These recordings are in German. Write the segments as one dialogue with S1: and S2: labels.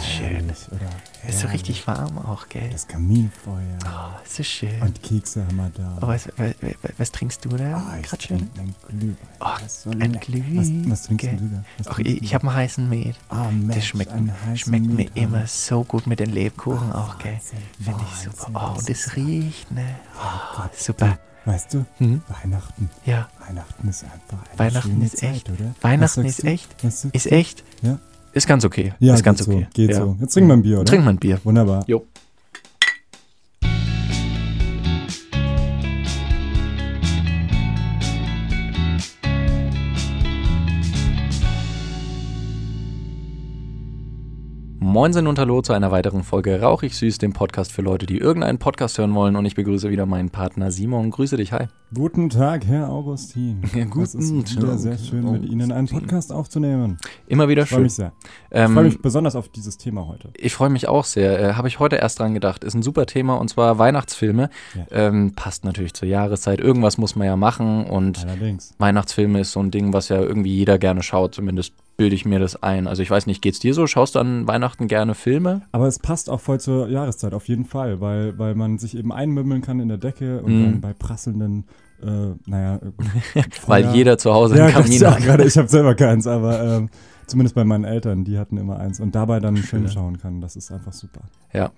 S1: Richtig, oder?
S2: Es ist so richtig warm auch, gell?
S1: Das Kaminfeuer.
S2: Oh, ist so schön.
S1: Und Kekse haben wir da.
S2: oh, was, was, was, was trinkst du da?
S1: Ah, ich
S2: Grad
S1: trinke
S2: schön.
S1: einen Glühwein.
S2: Oh,
S1: Das ist so
S2: ein
S1: lecker.
S2: Glühwein,
S1: Was, was trinkst
S2: gell?
S1: du da? Was
S2: Ach,
S1: trinkst
S2: ich,
S1: du
S2: ich
S1: da?
S2: habe einen heißen Met.
S1: Ah, Mensch,
S2: das schmeckt,
S1: einen heißen
S2: schmeckt mir
S1: Met haben
S2: immer
S1: wir.
S2: so gut mit den Lebkuchen auch, gell?
S1: Wahnsinn,
S2: Finde ich
S1: Wahnsinn,
S2: super. Oh,
S1: das
S2: und es
S1: ist-
S2: riecht, ne?
S1: Ja,
S2: Oh,
S1: Gott,
S2: super.
S1: Du, weißt du,
S2: Hm?
S1: Weihnachten.
S2: Ja,
S1: Weihnachten ist einfach eine
S2: Weihnachten
S1: schöne
S2: ist
S1: Zeit,
S2: echt.
S1: oder? Was
S2: Weihnachten
S1: sagst
S2: ist
S1: du?
S2: echt.
S1: Was sagst
S2: Ist
S1: du?
S2: echt.
S1: Ja.
S2: Ist ganz okay.
S1: Ja,
S2: ist ganz
S1: geht
S2: okay.
S1: so, geht
S2: ja.
S1: so. Jetzt trinken wir ein Bier, oder?
S2: Trinken wir ein Bier.
S1: Wunderbar.
S2: Jo. Moinsen und Hallo zu einer weiteren Folge Rauchig Süß, dem Podcast für Leute, die irgendeinen Podcast hören wollen. Und ich begrüße wieder meinen Partner Simon. Grüße dich, hi.
S1: Guten Tag, Herr Augustin.
S2: Ja,
S1: es ist
S2: guten
S1: wieder
S2: Tag,
S1: sehr schön, mit Ihnen einen
S2: Augustin.
S1: Podcast aufzunehmen.
S2: Immer wieder
S1: Ich freue
S2: schön.
S1: mich sehr. Ich
S2: Ähm,
S1: freue mich besonders auf dieses Thema heute.
S2: Ich freue mich auch sehr. Äh, Habe ich heute erst dran gedacht. Ist ein super Thema und zwar Weihnachtsfilme.
S1: Ja.
S2: Ähm, passt natürlich zur Jahreszeit. Irgendwas muss man ja machen und
S1: Allerdings.
S2: Weihnachtsfilme ist so ein Ding, was ja irgendwie jeder gerne schaut. Zumindest bilde ich mir das ein. Also ich weiß nicht, geht's dir so? Schaust du an Weihnachten gerne Filme?
S1: Aber es passt auch voll zur Jahreszeit, auf jeden Fall, weil, weil man sich eben einmümmeln kann in der Decke und
S2: Mhm.
S1: dann bei prasselnden, äh, naja,
S2: Weil
S1: Feuer-
S2: jeder zu Hause einen
S1: ja,
S2: Kamin
S1: ja,
S2: hat.
S1: gerade ich habe selber keins, aber ähm, zumindest bei meinen Eltern, die hatten immer eins und dabei dann einen Film
S2: Schön. ne?
S1: schauen kann. Das ist einfach super.
S2: Ja,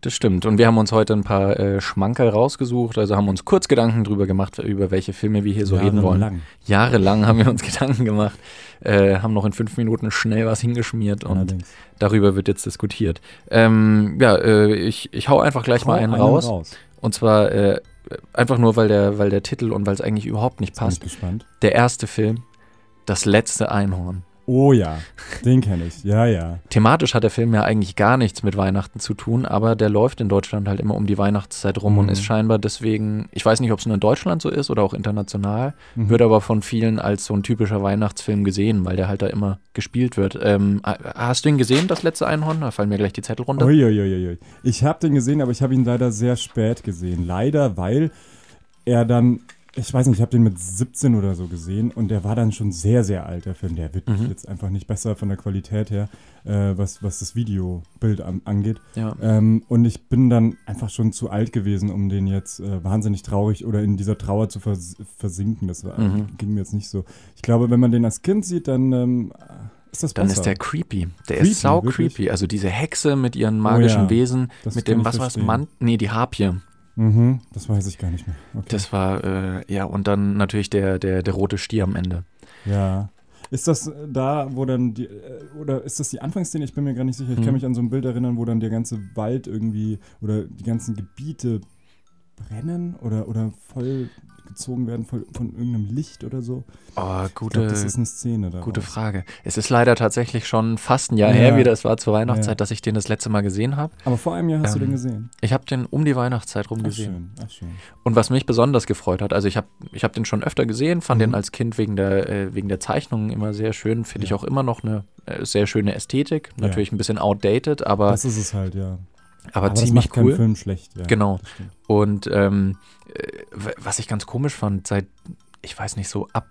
S2: das stimmt. Und wir haben uns heute ein paar äh, Schmankerl rausgesucht, also haben uns kurz Gedanken drüber gemacht, über welche Filme wir hier so reden wollen.
S1: Jahrelang.
S2: Jahrelang haben wir uns Gedanken gemacht, äh, haben noch in fünf Minuten schnell was hingeschmiert und
S1: Allerdings.
S2: darüber wird jetzt diskutiert. Ähm, ja, äh, ich, ich hau einfach gleich mal
S1: Hau
S2: einen raus. Und zwar äh, einfach nur, weil der, weil der Titel und weil es eigentlich überhaupt nicht
S1: Bin ich
S2: passt.
S1: gespannt.
S2: Der erste Film, Das letzte Einhorn.
S1: Oh ja, den kenne ich. Ja, ja.
S2: Thematisch hat der Film ja eigentlich gar nichts mit Weihnachten zu tun, aber der läuft in Deutschland halt immer um die Weihnachtszeit rum und
S1: Mhm.
S2: ist scheinbar deswegen, ich weiß nicht, ob es nur in Deutschland so ist oder auch international,
S1: Mhm.
S2: wird aber von vielen als so ein typischer Weihnachtsfilm gesehen, weil der halt da immer gespielt wird. Ähm, ah, hast du ihn gesehen, das letzte Einhorn? Da fallen mir gleich die Zettel runter.
S1: Oh Uiuiuiui. Ich habe den gesehen, aber ich habe ihn leider sehr spät gesehen. Leider, weil er dann, ich weiß nicht, ich habe den mit 17 oder so gesehen und der war dann schon sehr, sehr alt, der Film. Der wird
S2: Mhm.
S1: jetzt einfach nicht besser von der Qualität her, äh, was, was das Videobild an, angeht.
S2: Ja.
S1: Ähm, und ich bin dann einfach schon zu alt gewesen, um den jetzt äh, wahnsinnig traurig oder in dieser Trauer zu vers versinken. Das war,
S2: Mhm.
S1: ging mir jetzt nicht so. Ich glaube, wenn man den als Kind sieht, dann ähm, ist das
S2: Dann
S1: besser.
S2: ist der creepy. Der
S1: Creepy,
S2: ist sau
S1: wirklich?
S2: creepy. Also diese Hexe mit ihren magischen
S1: Oh ja,
S2: Wesen,
S1: das
S2: mit
S1: kann
S2: dem,
S1: ich
S2: was war es,
S1: verstehen.
S2: Mant? Nee, die Harpie.
S1: mhm, das weiß ich gar nicht mehr. Okay.
S2: Das war, äh, ja, und dann natürlich der, der, der rote Stier am Ende.
S1: Ja. Ist das äh, da, wo dann die, äh, oder ist das die Anfangsszene? Ich bin mir gar nicht sicher. Ich
S2: Hm.
S1: kann mich an so ein Bild erinnern, wo dann der ganze Wald irgendwie oder die ganzen Gebiete brennen oder, oder voll gezogen werden voll, von irgendeinem Licht oder so.
S2: Oh,
S1: Ich glaub,
S2: gute,
S1: das ist eine Szene da.
S2: gute Frage. Es ist leider tatsächlich schon fast ein Jahr
S1: Ja.
S2: her, wieder es war zur Weihnachtszeit,
S1: Ja.
S2: dass ich den das letzte Mal gesehen habe.
S1: Aber vor einem Jahr hast du
S2: Ähm,
S1: den gesehen.
S2: Ich habe den um die Weihnachtszeit rum
S1: Ach
S2: gesehen.
S1: schön, ach schön.
S2: Und was mich besonders gefreut hat, also ich habe ich hab den schon öfter gesehen, fand den
S1: Mhm.
S2: als Kind wegen der, äh, wegen der Zeichnungen immer sehr schön, finde ich
S1: Ja.
S2: auch immer noch eine äh, sehr schöne Ästhetik.
S1: Ja.
S2: Natürlich ein bisschen outdated, aber,
S1: Das ist es halt, ja.
S2: aber,
S1: Aber das
S2: ziemlich
S1: macht
S2: cool.
S1: keinen Film schlecht. Ja,
S2: Genau.
S1: das stimmt.
S2: Und ähm, äh, w- was ich ganz komisch fand, seit, ich weiß nicht, so ab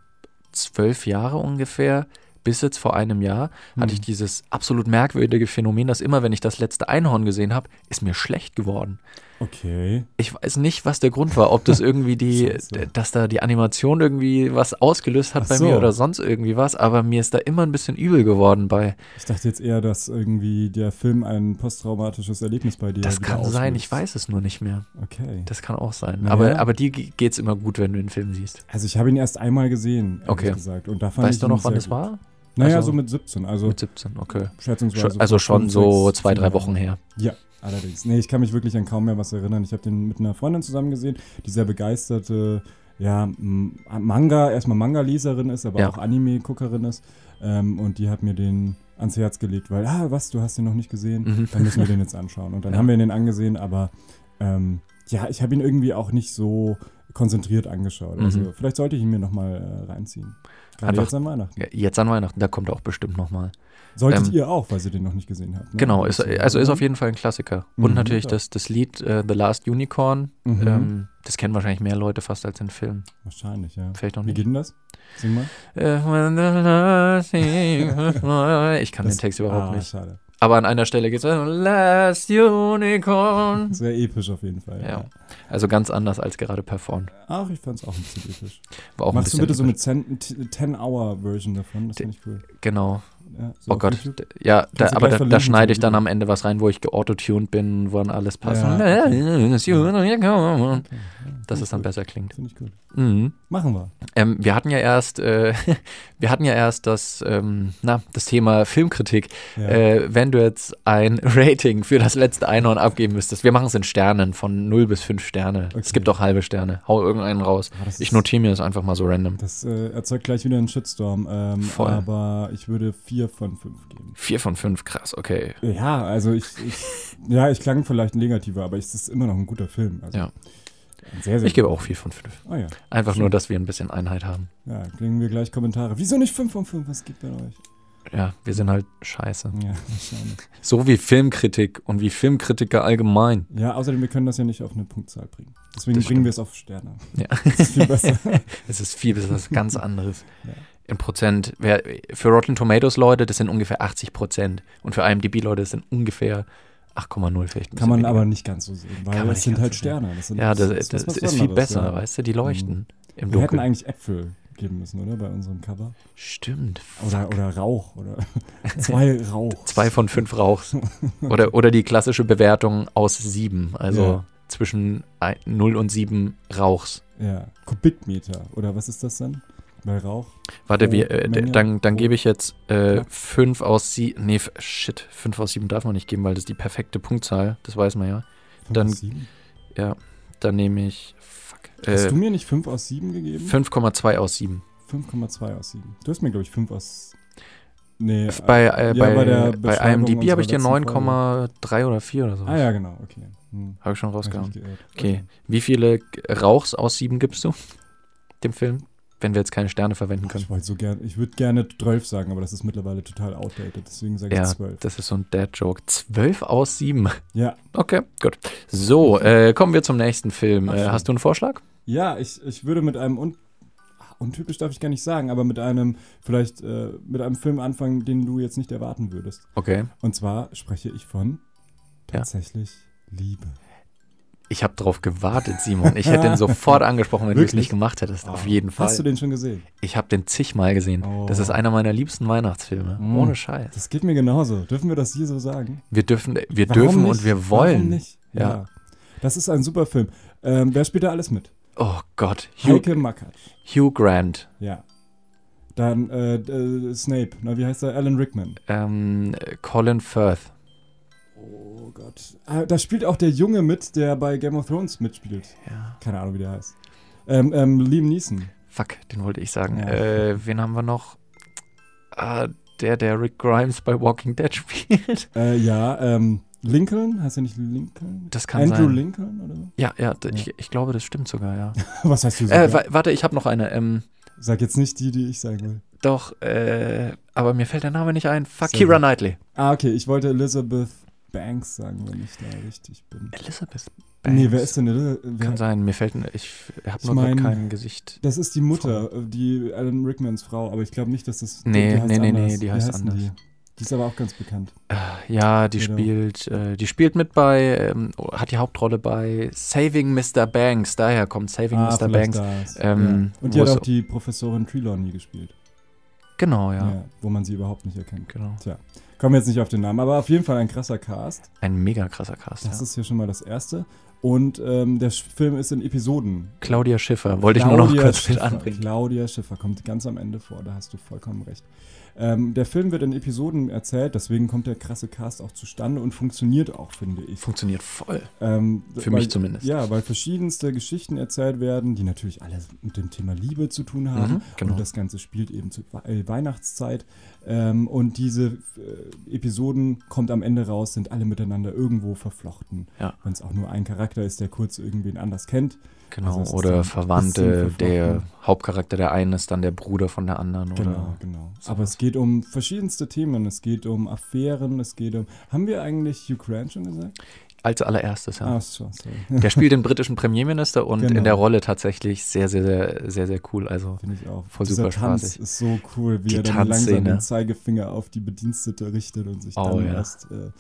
S2: zwölf Jahre ungefähr, bis jetzt vor einem Jahr, hatte
S1: Hm.
S2: ich dieses absolut merkwürdige Phänomen, dass immer, wenn ich das letzte Einhorn gesehen habe, ist mir schlecht geworden.
S1: Okay.
S2: Ich weiß nicht, was der Grund war, ob das irgendwie die,
S1: Scheiße.
S2: d- dass da die Animation irgendwie was ausgelöst hat
S1: Ach
S2: bei
S1: so.
S2: mir oder sonst irgendwie was, aber mir ist da immer ein bisschen übel geworden bei.
S1: Ich dachte jetzt eher, dass irgendwie der Film ein posttraumatisches Erlebnis bei dir
S2: Das
S1: wieder
S2: kann sein, ich
S1: auslöst.
S2: weiß es nur nicht mehr.
S1: Okay.
S2: Das kann auch sein.
S1: Na
S2: Aber,
S1: ja.
S2: aber dir ge- geht's immer gut, wenn du den Film siehst.
S1: Also ich habe ihn erst einmal gesehen, ehrlich
S2: Okay.
S1: gesagt. Und da fand ich
S2: Weißt du
S1: ihn
S2: noch, wann
S1: sehr
S2: das
S1: gut.
S2: war?
S1: Naja,
S2: Also-
S1: so mit 17, also
S2: Mit 17, okay.
S1: schätzungsweise.
S2: Schon, also
S1: vor
S2: schon
S1: fünf,
S2: so
S1: sechs,
S2: zwei, drei
S1: sieben
S2: Wochen
S1: Jahren.
S2: her.
S1: Ja, allerdings. Nee, ich kann mich wirklich an kaum mehr was erinnern. Ich habe den mit einer Freundin zusammen gesehen, die sehr begeisterte, ja, m- Manga, erstmal Manga-Leserin ist, aber
S2: Ja.
S1: auch Anime-Guckerin ist. Ähm, und die hat mir den ans Herz gelegt, weil, ah, was, du hast den noch nicht gesehen,
S2: Mhm.
S1: dann müssen wir den jetzt anschauen. Und dann
S2: Ja.
S1: haben wir den angesehen, aber ähm, ja, ich habe ihn irgendwie auch nicht so konzentriert angeschaut. Also
S2: Mhm.
S1: vielleicht sollte ich ihn mir nochmal äh, reinziehen. Gerade
S2: Einfach-
S1: jetzt an Weihnachten.
S2: Ja, Jetzt an Weihnachten, da kommt er auch bestimmt nochmal.
S1: Solltet
S2: Ähm,
S1: ihr auch, weil ihr den noch nicht gesehen habt. Ne?
S2: Genau, ist, also ist auf jeden Fall ein Klassiker. Und
S1: Mhm,
S2: natürlich
S1: klar.
S2: das, das Lied äh, The Last Unicorn.
S1: Mhm.
S2: Ähm, das kennen wahrscheinlich mehr Leute fast als den Film.
S1: Wahrscheinlich, ja.
S2: Vielleicht noch
S1: Wie
S2: nicht.
S1: geht denn das? Sing mal.
S2: Äh, when the Last you. Ich kann
S1: Das-
S2: den Text überhaupt
S1: ah,
S2: nicht.
S1: Schade.
S2: Aber an einer Stelle geht's äh, Last Unicorn.
S1: Sehr episch auf jeden Fall.
S2: Ja. Also ganz anders als gerade performt.
S1: Ach, ich fand's auch ein bisschen episch.
S2: War auch
S1: Machst du
S2: ein
S1: bitte so
S2: bisschen
S1: eine 10-Hour-Version davon? Das finde ich cool.
S2: Genau.
S1: Ja, so
S2: Oh
S1: auf
S2: Gott.
S1: YouTube.
S2: D- Ja, da,
S1: du
S2: aber
S1: gleich
S2: da, da
S1: verlinken
S2: schneide
S1: zum
S2: ich dann
S1: Video.
S2: am Ende was rein, wo ich geautotuned bin, wo dann alles passt.
S1: Ja,
S2: Dass
S1: Okay, ja,
S2: es
S1: finde
S2: dann
S1: ich gut.
S2: besser klingt.
S1: Finde ich gut.
S2: Mhm.
S1: Machen wir.
S2: Ähm, wir hatten ja erst, äh, wir hatten ja erst das, ähm, na, das Thema Filmkritik.
S1: Ja.
S2: Äh, wenn du jetzt ein Rating für das letzte Einhorn abgeben müsstest, wir machen es in Sternen von 0 bis 5 Sterne. Es
S1: Okay.
S2: gibt auch halbe Sterne. Hau irgendeinen raus.
S1: Ah, das
S2: Ich
S1: ist-
S2: notiere mir das einfach mal so random.
S1: Das äh, erzeugt gleich wieder einen Shitstorm. Ähm,
S2: Voll.
S1: Aber ich würde 4 von 5 geben.
S2: 4 von 5, krass, okay.
S1: Ja, also ich, ich ja, ich klang vielleicht negativer, aber es ist immer noch ein guter Film. Also
S2: Ja.
S1: ein Sehr, sehr
S2: Ich gebe auch 4 von 5.
S1: Oh ja.
S2: Einfach nur, dass wir ein bisschen Einheit haben.
S1: Ja, klingen wir gleich Kommentare. Wieso nicht 5 von 5? Was gibt bei euch?
S2: Ja, wir sind halt scheiße.
S1: Ja, wahrscheinlich.
S2: So wie Filmkritik und wie Filmkritiker allgemein.
S1: Ja, außerdem, wir können das ja nicht auf eine Punktzahl bringen. Deswegen
S2: Das
S1: bringen wir es auf Sterne.
S2: Ja.
S1: Das ist viel besser.
S2: Es ist viel, das ist was ganz anderes.
S1: Ja.
S2: In Prozent. Wer, für Rotten Tomatoes Leute, das sind ungefähr 80 Prozent. Und für IMDb Leute, das sind ungefähr 8,0 vielleicht. ein
S1: Kann
S2: bisschen
S1: man
S2: weniger.
S1: aber nicht ganz so sehen,
S2: Kann
S1: weil
S2: man
S1: es
S2: nicht
S1: sind
S2: ganz
S1: halt
S2: so sehen.
S1: Sterne. Das sind,
S2: Ja, das,
S1: das
S2: das,
S1: was
S2: ist viel
S1: anderes,
S2: besser,
S1: ja. Mhm.
S2: weißt du? Die leuchten im
S1: Wir hätten
S2: Dunkeln.
S1: eigentlich Äpfel geben müssen, oder? Bei unserem Cover.
S2: Stimmt.
S1: Oder, oder Rauch. Oder zwei Rauch.
S2: Zwei von fünf Rauchs. oder, oder die klassische Bewertung aus sieben. Also
S1: Ja.
S2: zwischen ein- 0 und 7 Rauchs.
S1: Ja. Kubikmeter. Oder was ist das dann? Bei Rauch?
S2: Warte,
S1: Oh,
S2: wir, äh, d-
S1: Menge.
S2: dann, dann
S1: Oh.
S2: gebe ich jetzt äh,
S1: Ja.
S2: 5 aus 7. Nee, f- shit, 5 aus 7 darf man nicht geben, weil das ist die perfekte Punktzahl. Das weiß man ja.
S1: Fünf
S2: Dann-
S1: aus sieben?
S2: Dann nehme ich. Fuck.
S1: Hast
S2: Äh,
S1: du mir nicht 5 aus 7 gegeben?
S2: 5,2 aus 7.
S1: 5,2 aus 7. Du hast mir, glaube ich, 5 aus. Nee, äh,
S2: Bei, äh,
S1: ja,
S2: bei,
S1: bei der
S2: bei
S1: Beschreibung
S2: IMDb habe ich dir
S1: unserer letzten
S2: 9,3 oder 4 oder so.
S1: ah ja, genau, okay. Hm,
S2: Habe ich schon
S1: hab ich
S2: rausgehauen.
S1: mich geirrt.
S2: Okay. Wie viele Rauchs aus 7 gibst du dem Film? Wenn wir jetzt keine Sterne verwenden
S1: Ach,
S2: können.
S1: Ich wollte so gerne, ich würde gerne 12 sagen, aber das ist mittlerweile total outdated, deswegen sage ich
S2: Ja,
S1: 12.
S2: das ist so ein Dad-Joke. 12 aus 7.
S1: Ja,
S2: Okay, gut. So, äh, kommen wir zum nächsten Film.
S1: Ach,
S2: Äh,
S1: schön.
S2: hast du einen Vorschlag?
S1: ja ich, ich würde mit einem un, ah, untypisch darf ich gar nicht sagen, aber mit einem, vielleicht äh, mit einem Film anfangen, den du jetzt nicht erwarten würdest.
S2: Okay.
S1: Und zwar spreche ich von tatsächlich Liebe.
S2: Ich habe drauf gewartet, Simon. Ich hätte ihn sofort angesprochen, wenn du es
S1: Wirklich?
S2: nicht gemacht hättest. Auf
S1: Ah,
S2: jeden
S1: Hast du
S2: Fall.
S1: den schon gesehen?
S2: Ich habe den zigmal gesehen.
S1: Oh.
S2: Das ist einer meiner liebsten Weihnachtsfilme.
S1: Mm.
S2: Ohne Scheiß.
S1: Das geht mir genauso. Dürfen wir das hier so sagen?
S2: Wir dürfen, wir
S1: Warum
S2: dürfen
S1: nicht?
S2: und wir
S1: Warum
S2: wollen.
S1: nicht?
S2: Ja.
S1: Ja. Das ist ein super Film. Ähm, wer spielt da alles mit?
S2: Oh Gott. Hugh,
S1: Heike Mackert.
S2: Hugh Grant.
S1: Ja. Dann äh, äh, Snape. Na, wie heißt er? Alan Rickman.
S2: Ähm, äh, Colin Firth.
S1: Oh Gott. Ah, da spielt auch der Junge mit, der bei Game of Thrones mitspielt.
S2: Ja.
S1: Keine Ahnung, wie der heißt. Ähm, ähm, Liam Neeson.
S2: Fuck, den wollte ich sagen.
S1: Ja.
S2: Äh, wen haben wir noch? Ah, der, der Rick Grimes bei Walking Dead spielt.
S1: Äh, ja, ähm, Lincoln. Heißt er nicht Lincoln?
S2: Das kann
S1: Andrew
S2: sein.
S1: Lincoln oder so?
S2: Ja, ja, d- Ich, ich glaube, das stimmt sogar, ja.
S1: Was heißt du so?
S2: Äh, wa- warte, ich habe noch eine. Ähm,
S1: Sag jetzt nicht die, die ich sagen will.
S2: doch, äh, aber mir fällt der Name nicht ein. Fuck,
S1: Sehr
S2: Kira
S1: gut.
S2: Knightley.
S1: Ah, okay. Ich wollte Elizabeth Banks sagen, wenn ich da richtig bin.
S2: Elizabeth
S1: Nee, wer ist denn Elizabeth? Wer,
S2: Kann sein, mir fällt, ein- ich habe
S1: Ich
S2: nur grad
S1: mein-
S2: kein Gesicht.
S1: Das ist die Mutter, äh, die Alan Rickmans Frau, aber ich glaube nicht, dass das.
S2: Nee,
S1: heißt
S2: nee, nee, nee, die
S1: Wie
S2: heißt
S1: heißen
S2: anders.
S1: Die? die ist aber auch ganz bekannt.
S2: Ja, die
S1: Genau.
S2: spielt, äh, die spielt mit bei, ähm, hat die Hauptrolle bei Saving Mr. Banks, daher kommt Saving Mr.
S1: Ah, vielleicht
S2: Banks.
S1: das.
S2: Ähm,
S1: ja. Und
S2: wo
S1: die hat
S2: es-
S1: auch die Professorin Trelawney gespielt.
S2: Genau, ja.
S1: Ja. Wo man sie überhaupt nicht erkennt.
S2: Genau.
S1: Kommen wir jetzt nicht auf den Namen, aber auf jeden Fall ein krasser Cast.
S2: Ein mega krasser Cast.
S1: Das
S2: Ja.
S1: ist hier schon mal das Erste. Und ähm, der Sch- Film ist in Episoden.
S2: Claudia Schiffer, wollte ich nur noch
S1: Claudia
S2: kurz mit
S1: Schiffer,
S2: anbringen.
S1: Claudia Schiffer kommt ganz am Ende vor, da hast du vollkommen recht. Ähm, der Film wird in Episoden erzählt, deswegen kommt der krasse Cast auch zustande und funktioniert auch, finde ich.
S2: Funktioniert voll.
S1: Ähm,
S2: Für
S1: weil,
S2: mich zumindest.
S1: Ja, weil verschiedenste Geschichten erzählt werden, die natürlich alle mit dem Thema Liebe zu tun haben.
S2: Mhm, genau.
S1: Und das Ganze spielt eben zur We- äh, Weihnachtszeit. Ähm, und diese äh, Episoden, kommt am Ende raus, sind alle miteinander irgendwo verflochten.
S2: Ja.
S1: Wenn es auch nur ein Charakter ist, der kurz irgendwen anders kennt.
S2: Genau,
S1: Also es ist
S2: oder
S1: ein
S2: Verwandte,
S1: bisschen
S2: der
S1: verflochten.
S2: Hauptcharakter der einen ist dann der Bruder von der anderen
S1: Genau,
S2: oder
S1: genau. Aber es geht um verschiedenste Themen. Es geht um Affären, es geht um. Haben wir eigentlich Hugh Grant schon gesagt?
S2: als allererstes, ja.
S1: Ach so, sorry.
S2: Der spielt den britischen Premierminister und
S1: Genau.
S2: in der Rolle tatsächlich sehr, sehr, sehr, sehr, sehr cool. Also
S1: Finde ich auch.
S2: Voll
S1: Dieser
S2: super
S1: Tanz
S2: spaßig.
S1: ist so cool, wie
S2: Die
S1: er dann langsam
S2: Tanzszene.
S1: den Zeigefinger auf die Bedienstete richtet und sich
S2: Oh,
S1: dann
S2: ja.
S1: erst äh,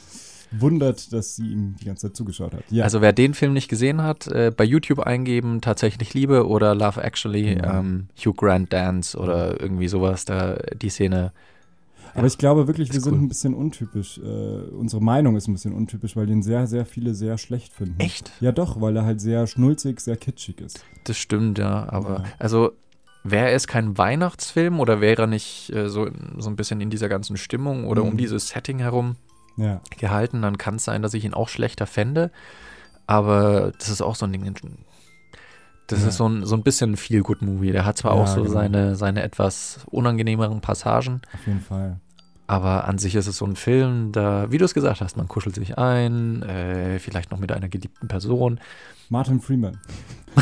S1: wundert, dass sie ihm die ganze Zeit zugeschaut hat. Ja,
S2: Also wer den Film nicht gesehen hat, äh, bei YouTube eingeben, tatsächlich Liebe oder Love Actually,
S1: Ja.
S2: ähm, Hugh Grant Dance oder irgendwie sowas, da die Szene.
S1: aber ich glaube wirklich,
S2: ist
S1: wir sind
S2: cool.
S1: ein bisschen untypisch. Äh, unsere Meinung ist ein bisschen untypisch, weil den sehr, sehr viele sehr schlecht finden.
S2: Echt?
S1: Ja, doch, weil er halt sehr schnulzig, sehr kitschig ist.
S2: Das stimmt, ja, aber
S1: Ja.
S2: also wäre es kein Weihnachtsfilm oder wäre er nicht äh, so, so ein bisschen in dieser ganzen Stimmung oder um
S1: Mhm.
S2: dieses Setting herum
S1: Ja,
S2: gehalten, dann kann es sein, dass ich ihn auch schlechter fände. Aber das ist auch so ein Ding. Das
S1: Ja.
S2: ist so ein, so ein bisschen ein Feel-Good-Movie. Der hat zwar
S1: Ja,
S2: auch so
S1: genau.
S2: seine, seine etwas unangenehmeren Passagen,
S1: auf jeden Fall.
S2: Aber an sich ist es so ein Film, da, wie du es gesagt hast, man kuschelt sich ein, äh, vielleicht noch mit einer geliebten Person.
S1: Martin Freeman.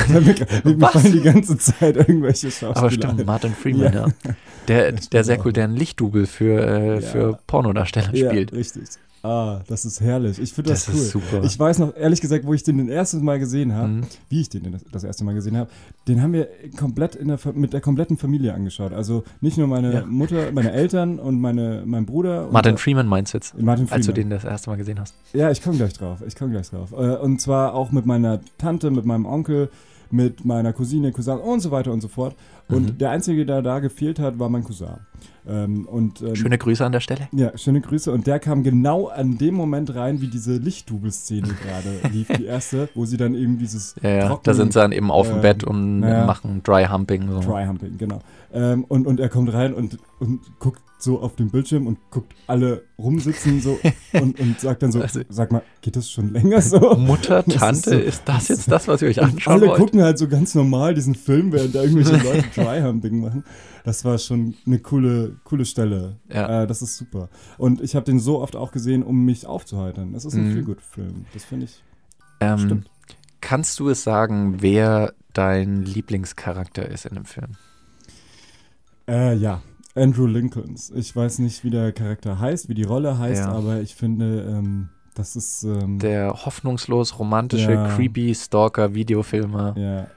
S1: mir mir fallen die ganze Zeit irgendwelche Schauspieler
S2: Aber stimmt,
S1: ein.
S2: Martin Freeman, ja. Der, der sehr cool, der einen Lichtdubel für, äh,
S1: Ja.
S2: für Pornodarsteller
S1: Ja,
S2: spielt.
S1: richtig. Ah, das ist herrlich. Ich finde das,
S2: Das,
S1: cool.
S2: ist super.
S1: Ich weiß noch, ehrlich gesagt, wo ich den das erste Mal gesehen habe,
S2: Mhm.
S1: wie ich den denn das, das erste Mal gesehen habe, den haben wir komplett in der, Fa- mit der kompletten Familie angeschaut. Also nicht nur meine
S2: Ja.
S1: Mutter, meine Eltern und meine, mein Bruder. Und
S2: Martin Freeman meinst du jetzt,
S1: Martin
S2: als du
S1: Freeman.
S2: den das erste Mal gesehen hast.
S1: ja, ich komme gleich drauf. Ich komme gleich drauf. Äh, Und zwar auch mit meiner Tante, mit meinem Onkel, mit meiner Cousine, Cousin und so weiter und so fort. Und
S2: Mhm.
S1: der Einzige, der da gefehlt hat, war mein Cousin. Ähm, und, ähm,
S2: Schöne Grüße an der Stelle.
S1: ja, schöne Grüße. Und der kam genau an dem Moment rein, wie diese Lichtdubel-Szene gerade lief, die erste, wo sie dann eben dieses
S2: Ja, ja.
S1: trocken-
S2: Da sind sie dann eben auf dem
S1: ähm,
S2: Bett und
S1: naja.
S2: machen Dry Humping. So.
S1: Dryhumping, genau. Ähm, und, und er kommt rein und, und guckt so auf den Bildschirm und guckt alle rumsitzen so und, und sagt dann so,
S2: Also-
S1: sag mal, geht das schon länger so?
S2: Mutter,
S1: Das ist
S2: Tante,
S1: so-
S2: ist, das jetzt das, was ihr euch anschauen
S1: Alle
S2: wollt?
S1: gucken halt so ganz normal diesen Film, während da irgendwelche Leute Dryhumping machen. Das war schon eine coole, coole Stelle.
S2: Ja.
S1: Äh, das ist super. Und ich habe den so oft auch gesehen, um mich aufzuheitern. Das ist ein
S2: Mhm.
S1: viel gut Film. Das finde ich
S2: Ähm,
S1: Stimmt.
S2: kannst du es sagen, wer dein Lieblingscharakter ist in dem Film?
S1: Äh, ja, Andrew Lincolns. Ich weiß nicht, wie der Charakter heißt, wie die Rolle heißt,
S2: Ja.
S1: aber ich finde, ähm, das ist. Ähm,
S2: Der hoffnungslos romantische,
S1: Ja.
S2: creepy Stalker-Videofilmer
S1: ja.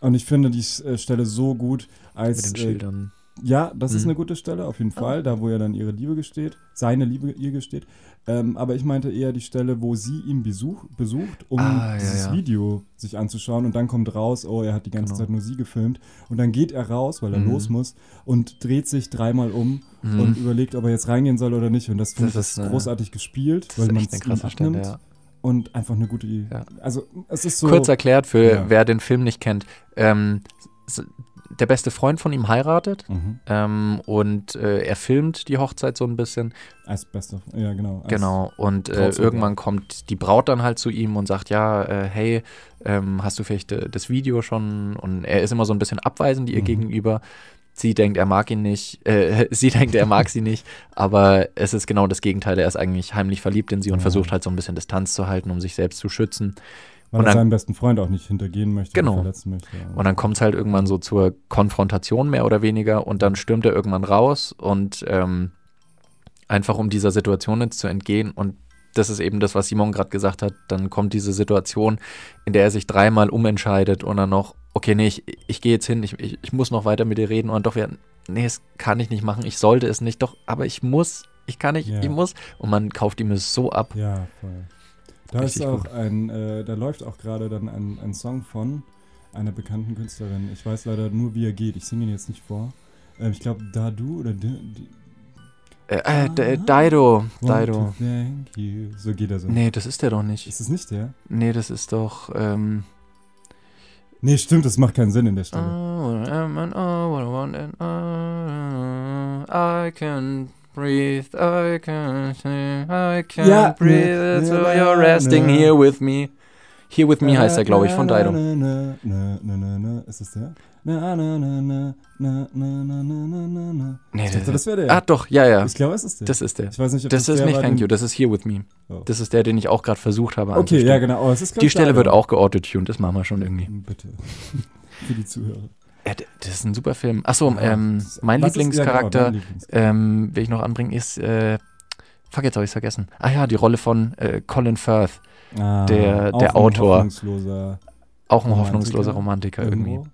S1: Und ich finde die S- äh, Stelle so gut,
S2: mit
S1: als.
S2: den
S1: Äh,
S2: Schildern.
S1: ja, das ist
S2: Mhm.
S1: eine gute Stelle, auf jeden Fall, da wo er dann ihre Liebe gesteht, seine Liebe ihr gesteht. Ähm, aber ich meinte eher die Stelle, wo sie ihn besuch, besucht, um
S2: Ah, ja,
S1: dieses
S2: ja.
S1: Video sich anzuschauen. Und dann kommt raus, oh, er hat die ganze
S2: Genau.
S1: Zeit nur sie gefilmt. Und dann geht er raus, weil er
S2: Mhm.
S1: los muss, und dreht sich dreimal um
S2: Mhm.
S1: und überlegt, ob er jetzt reingehen soll oder nicht. Und das finde ich
S2: Das ist eine-
S1: großartig gespielt,
S2: das
S1: weil
S2: ist
S1: man
S2: echt
S1: es
S2: eine
S1: ihm
S2: krasse Stelle.
S1: abnimmt
S2: Ja.
S1: und einfach eine gute Idee.
S2: Ja.
S1: Also es ist so.
S2: Kurz erklärt für
S1: Ja.
S2: wer den Film nicht kennt: ähm, s- Der beste Freund von ihm heiratet
S1: Mhm.
S2: ähm, und äh, er filmt die Hochzeit so ein bisschen.
S1: Als bester. Ja, genau. Als,
S2: Genau. Und äh,
S1: Trauzeuge.
S2: irgendwann kommt die Braut dann halt zu ihm und sagt: Ja, äh, hey, ähm, hast du vielleicht äh, das Video schon? Und er ist immer so ein bisschen abweisend ihr
S1: Mhm.
S2: gegenüber. Sie denkt, er mag ihn nicht. Äh, sie denkt, er mag sie nicht. Aber es ist genau das Gegenteil. Er ist eigentlich heimlich verliebt in sie und
S1: Ja.
S2: versucht halt so ein bisschen Distanz zu halten, um sich selbst zu schützen.
S1: Weil
S2: Und
S1: er
S2: dann-
S1: seinen besten Freund auch nicht hintergehen möchte
S2: Genau.
S1: und verletzen möchte. Ja.
S2: Und dann kommt es halt irgendwann so zur Konfrontation mehr oder weniger und dann stürmt er irgendwann raus und ähm, einfach um dieser Situation jetzt zu entgehen und das ist eben das, was Simon gerade gesagt hat, dann kommt diese Situation, in der er sich dreimal umentscheidet und dann noch, okay, nee, ich, ich gehe jetzt hin, ich, ich, ich muss noch weiter mit dir reden und doch, ja, nee, das kann ich nicht machen, ich sollte es nicht, doch, aber ich muss, ich kann nicht,
S1: Ja.
S2: ich muss und man kauft ihm es so ab.
S1: ja, voll. Da
S2: Richtig
S1: ist auch
S2: gut.
S1: ein, äh, da läuft auch gerade dann ein, ein Song von einer bekannten Künstlerin. Ich weiß leider nur, wie er geht. Ich singe ihn jetzt nicht vor. Ähm, ich glaube, Dadu oder D D
S2: Äh, äh,
S1: Ah.
S2: D- Dido,
S1: Want to
S2: Dido.
S1: Thank you. So geht er so.
S2: Nee, das ist der doch nicht.
S1: Ist es nicht der?
S2: Nee, das ist doch, ähm,
S1: Nee, stimmt, das macht keinen Sinn in der Stelle.
S2: Ah. I am and I what I want and I, I can breathe, I can sing, I can
S1: Ja,
S2: breathe,
S1: ne,
S2: so
S1: ne,
S2: you're
S1: ne,
S2: resting
S1: ne.
S2: here with me. Here with me heißt er, glaube ich, von Dido.
S1: Na, na, na, na, na, na. Ist das der? Na, na, na, na, na, na, na, na, na, na, na.
S2: Nee,
S1: Ich dachte,
S2: das,
S1: das wäre der.
S2: ah, doch, ja, ja,
S1: Ich glaube, es ist der.
S2: das ist der.
S1: ich weiß nicht, ob
S2: Das ist
S1: der
S2: nicht
S1: war,
S2: Thank
S1: den-
S2: You, das ist Here With Me.
S1: Oh.
S2: Das ist der, den ich auch gerade versucht habe
S1: Okay, ja,
S2: anzustimmen.
S1: genau. Oh, es ist, glaub
S2: Die
S1: ich,
S2: Stelle
S1: Dido.
S2: wird auch geautotuned, das machen wir schon irgendwie.
S1: Hm, Bitte. Für die Zuhörer.
S2: Äh, d- das ist ein super Film. Achso,
S1: Ja,
S2: ähm,
S1: das-
S2: mein
S1: was ist- ja, genau,
S2: Lieblingscharakter
S1: dein Lieblings-
S2: ähm, will ich noch anbringen, ist äh, Fuck, jetzt habe ich es vergessen. Ah ja, die Rolle von äh, Colin Firth,
S1: Ah,
S2: der-
S1: auch
S2: der
S1: ein
S2: Autor.
S1: hoffnungsloser
S2: auch ein
S1: Romantiker?
S2: hoffnungsloser Romantiker irgendwie.
S1: irgendwo.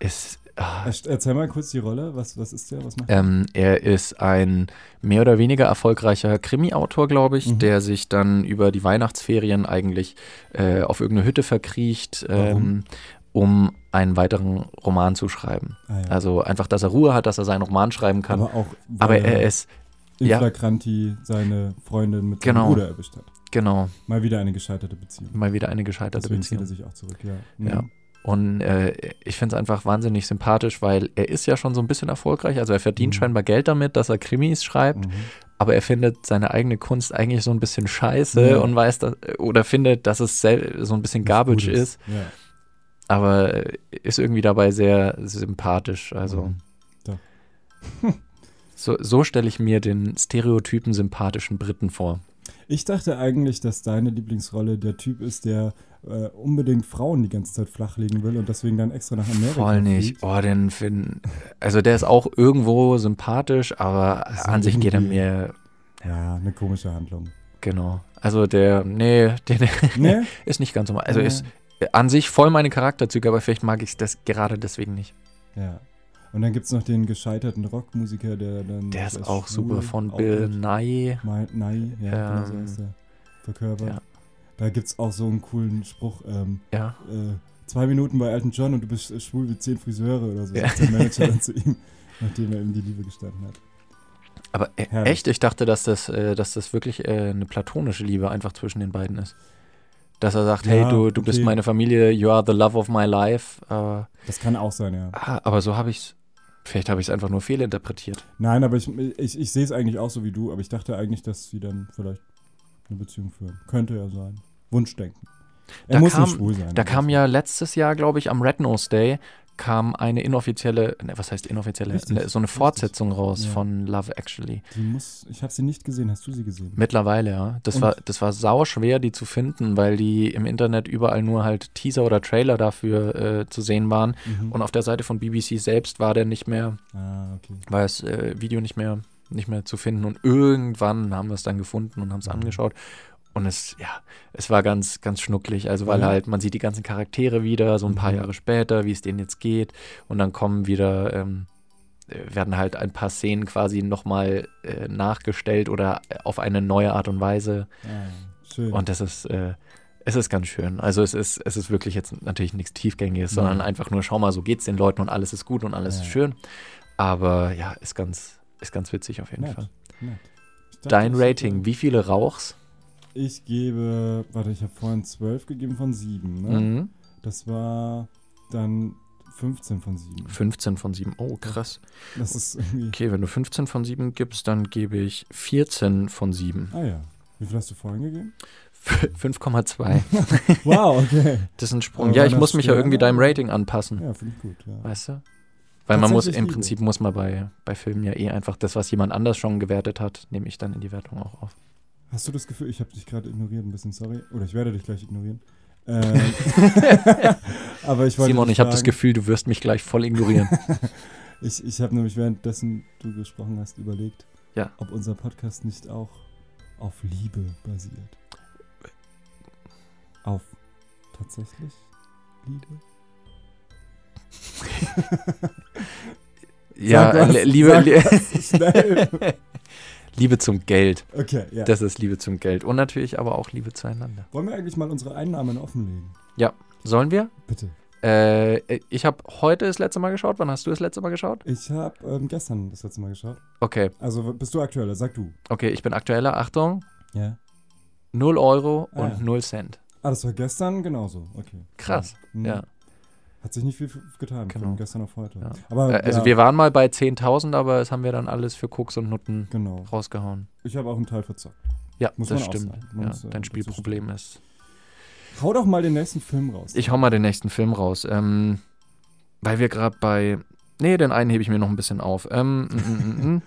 S2: Ist, ah,
S1: Erst- Erzähl mal kurz die Rolle. Was, was ist der? Was macht
S2: Ähm, er ist ein mehr oder weniger erfolgreicher Krimi-Autor, glaube ich,
S1: Mhm.
S2: der sich dann über die Weihnachtsferien eigentlich äh, auf irgendeine Hütte verkriecht, ähm, um einen weiteren Roman zu schreiben.
S1: ah, ja.
S2: Also einfach, dass er Ruhe hat, dass er seinen Roman schreiben kann.
S1: Aber auch, weil
S2: Aber er ist,
S1: in
S2: ja.
S1: Flagranti seine Freundin mit
S2: Genau.
S1: seinem Bruder erwischt hat.
S2: genau,
S1: Mal wieder eine gescheiterte Beziehung.
S2: mal wieder eine gescheiterte
S1: Deswegen zieht er
S2: Beziehung.
S1: sich auch zurück, ja.
S2: Ja. Und äh, ich finde es einfach wahnsinnig sympathisch, weil er ist ja schon so ein bisschen erfolgreich. Also er verdient
S1: Mhm.
S2: scheinbar Geld damit, dass er Krimis schreibt.
S1: Mhm.
S2: aber er findet seine eigene Kunst eigentlich so ein bisschen scheiße
S1: Ja.
S2: und weiß dass, oder findet, dass es sel- so ein bisschen Garbage
S1: Gutes.
S2: ist,
S1: Ja.
S2: aber ist irgendwie dabei sehr sympathisch. Also
S1: Mhm. Doch.
S2: so, so stelle ich mir den stereotypen sympathischen Briten vor.
S1: Ich dachte eigentlich, dass deine Lieblingsrolle der Typ ist, der äh, unbedingt Frauen die ganze Zeit flachlegen will und deswegen dann extra nach Amerika
S2: Voll nicht.
S1: fliegt.
S2: Oh, den Finn. Also der ist auch irgendwo sympathisch, aber
S1: Ist
S2: an sich geht er
S1: Also irgendwie-
S2: mir Oh.
S1: Ja, eine komische Handlung.
S2: genau. Also der, nee, der
S1: Ne?
S2: ist nicht ganz normal. Also
S1: Ja.
S2: ist an sich voll meine Charakterzüge, aber vielleicht mag ich es gerade deswegen nicht.
S1: Ja. Und dann gibt es noch den gescheiterten Rockmusiker, der dann.
S2: Der ist
S1: als
S2: auch
S1: schwul
S2: super von
S1: auch
S2: Bill
S1: mit-
S2: Nye.
S1: Mai- Nye, ja, genau so
S2: Ähm,
S1: heißt der. Verkörpert.
S2: ja.
S1: Da gibt es auch so einen coolen Spruch. Ähm,
S2: Ja.
S1: äh, zwei Minuten bei Elton John und du bist äh, schwul wie zehn Friseure oder so,
S2: Ja.
S1: sagt der Manager dann zu ihm, nachdem er ihm die Liebe gestanden hat.
S2: Aber e-
S1: Herrlich.
S2: echt, ich dachte, dass das, äh, dass das wirklich äh, eine platonische Liebe einfach zwischen den beiden ist. Dass er sagt, hey,
S1: Ja,
S2: du, du bist
S1: okay.
S2: meine Familie, you are the love of my life. Äh,
S1: Das kann auch sein, ja.
S2: ah, aber so habe ich es, vielleicht habe ich es einfach nur fehlinterpretiert.
S1: Nein, aber ich, ich, ich sehe es eigentlich auch so wie du, aber ich dachte eigentlich, dass sie dann vielleicht eine Beziehung führen. Könnte ja sein. Wunschdenken. Er
S2: Da
S1: muss
S2: kam-
S1: nicht schwul sein.
S2: Da
S1: aber
S2: kam
S1: so.
S2: ja letztes Jahr, glaube ich, am Red Nose Day, kam eine inoffizielle, ne, was heißt inoffizielle,
S1: Richtig,
S2: Ne, so eine
S1: richtig.
S2: Fortsetzung raus
S1: Ja.
S2: von Love Actually.
S1: Die muss, ich habe sie nicht gesehen. Hast du sie gesehen?
S2: Mittlerweile, ja. Das
S1: Und-
S2: war, das war sauschwer, die zu finden, weil die im Internet überall nur halt Teaser oder Trailer dafür äh, zu sehen waren.
S1: Mhm.
S2: Und auf der Seite von BBC selbst war der nicht mehr,
S1: ah, okay.
S2: war das äh, Video nicht mehr, nicht mehr zu finden. Und irgendwann haben wir es dann gefunden und haben es
S1: Mhm.
S2: angeschaut. Und es, ja, es war ganz, ganz schnucklig. Also weil
S1: Ja.
S2: halt, man sieht die ganzen Charaktere wieder, so ein paar
S1: Mhm.
S2: Jahre später, wie es denen jetzt geht. Und dann kommen wieder, ähm, äh, werden halt ein paar Szenen quasi nochmal äh, nachgestellt oder auf eine neue Art und Weise.
S1: Ah, schön.
S2: Und das ist, äh, es ist ganz schön. Also es ist, es ist wirklich jetzt natürlich nichts Tiefgängiges,
S1: Mhm.
S2: sondern einfach nur, schau mal, so geht's den Leuten und alles ist gut und alles
S1: Ja.
S2: ist schön. Aber ja, ist ganz, ist ganz witzig auf jeden
S1: Nett, äh,
S2: Fall.
S1: nett. Ich dachte,
S2: Dein
S1: ich-
S2: Rating, wie viele rauchst?
S1: Ich gebe, warte, ich habe vorhin 12 gegeben von 7, ne?
S2: Mhm.
S1: Das war dann 15 von 7.
S2: 15 von 7. Oh, krass.
S1: Das ist irgendwie.
S2: Okay, wenn du 15 von 7 gibst, dann gebe ich 14 von 7.
S1: Ah ja. Wie viel hast du vorhin gegeben?
S2: F- 5,2.
S1: Wow, okay.
S2: Das ist ein Sprung.
S1: Aber
S2: Ja,
S1: war
S2: ich
S1: das
S2: muss mich ja
S1: schwer?
S2: irgendwie deinem Rating anpassen.
S1: Ja, finde ich gut. Ja.
S2: Weißt du? Weil man muss,
S1: Tatsächlich
S2: im
S1: Liebe.
S2: Prinzip muss man bei, bei Filmen ja eh einfach das, was jemand anders schon gewertet hat, nehme ich dann in die Wertung auch auf.
S1: Hast du das Gefühl, ich habe dich gerade ignoriert ein bisschen, sorry. Oder ich werde dich gleich ignorieren. Ähm, aber ich wollte
S2: Simon,
S1: dich
S2: ich habe das
S1: fragen-
S2: Gefühl, du wirst mich gleich voll ignorieren.
S1: Ich, ich habe nämlich währenddessen du gesprochen hast, überlegt,
S2: Ja.
S1: ob unser Podcast nicht auch auf Liebe basiert. Auf tatsächlich Liebe?
S2: ja,
S1: was,
S2: li- Liebe,
S1: sag
S2: li
S1: Schnell.
S2: Liebe zum Geld.
S1: Okay, ja.
S2: Das ist Liebe zum Geld. Und natürlich aber auch Liebe zueinander.
S1: Wollen wir eigentlich mal unsere Einnahmen offenlegen?
S2: Sollen wir?
S1: Bitte.
S2: Äh, ich habe heute das letzte Mal geschaut. Wann hast du das letzte Mal geschaut?
S1: Ich habe ähm, gestern das letzte Mal geschaut.
S2: Okay,
S1: Also bist du aktueller? Sag du.
S2: okay, ich bin aktueller. Achtung,
S1: Ja.
S2: 0 Euro
S1: Ah.
S2: und 0 Cent.
S1: Ah, das war gestern genauso. Okay.
S2: Krass,
S1: Hm.
S2: ja.
S1: Hat sich nicht viel f- getan
S2: Genau.
S1: von gestern auf heute.
S2: Ja.
S1: Aber
S2: Äh, Also
S1: ja,
S2: wir waren mal bei 10.000, aber das haben wir dann alles für Koks und Nutten
S1: genau.
S2: rausgehauen.
S1: Ich habe auch einen Teil verzockt.
S2: Ja,
S1: Muss
S2: das
S1: man auch
S2: stimmt.
S1: sagen. Man
S2: Ja,
S1: muss, äh,
S2: dein
S1: dazu stehen.
S2: Spielproblem ist.
S1: Hau doch mal den nächsten Film raus.
S2: Ich hau mal den nächsten Film raus. Ähm, weil wir gerade bei. Nee, den einen hebe ich mir noch ein bisschen auf. Ähm, mm, mm, mm, mm.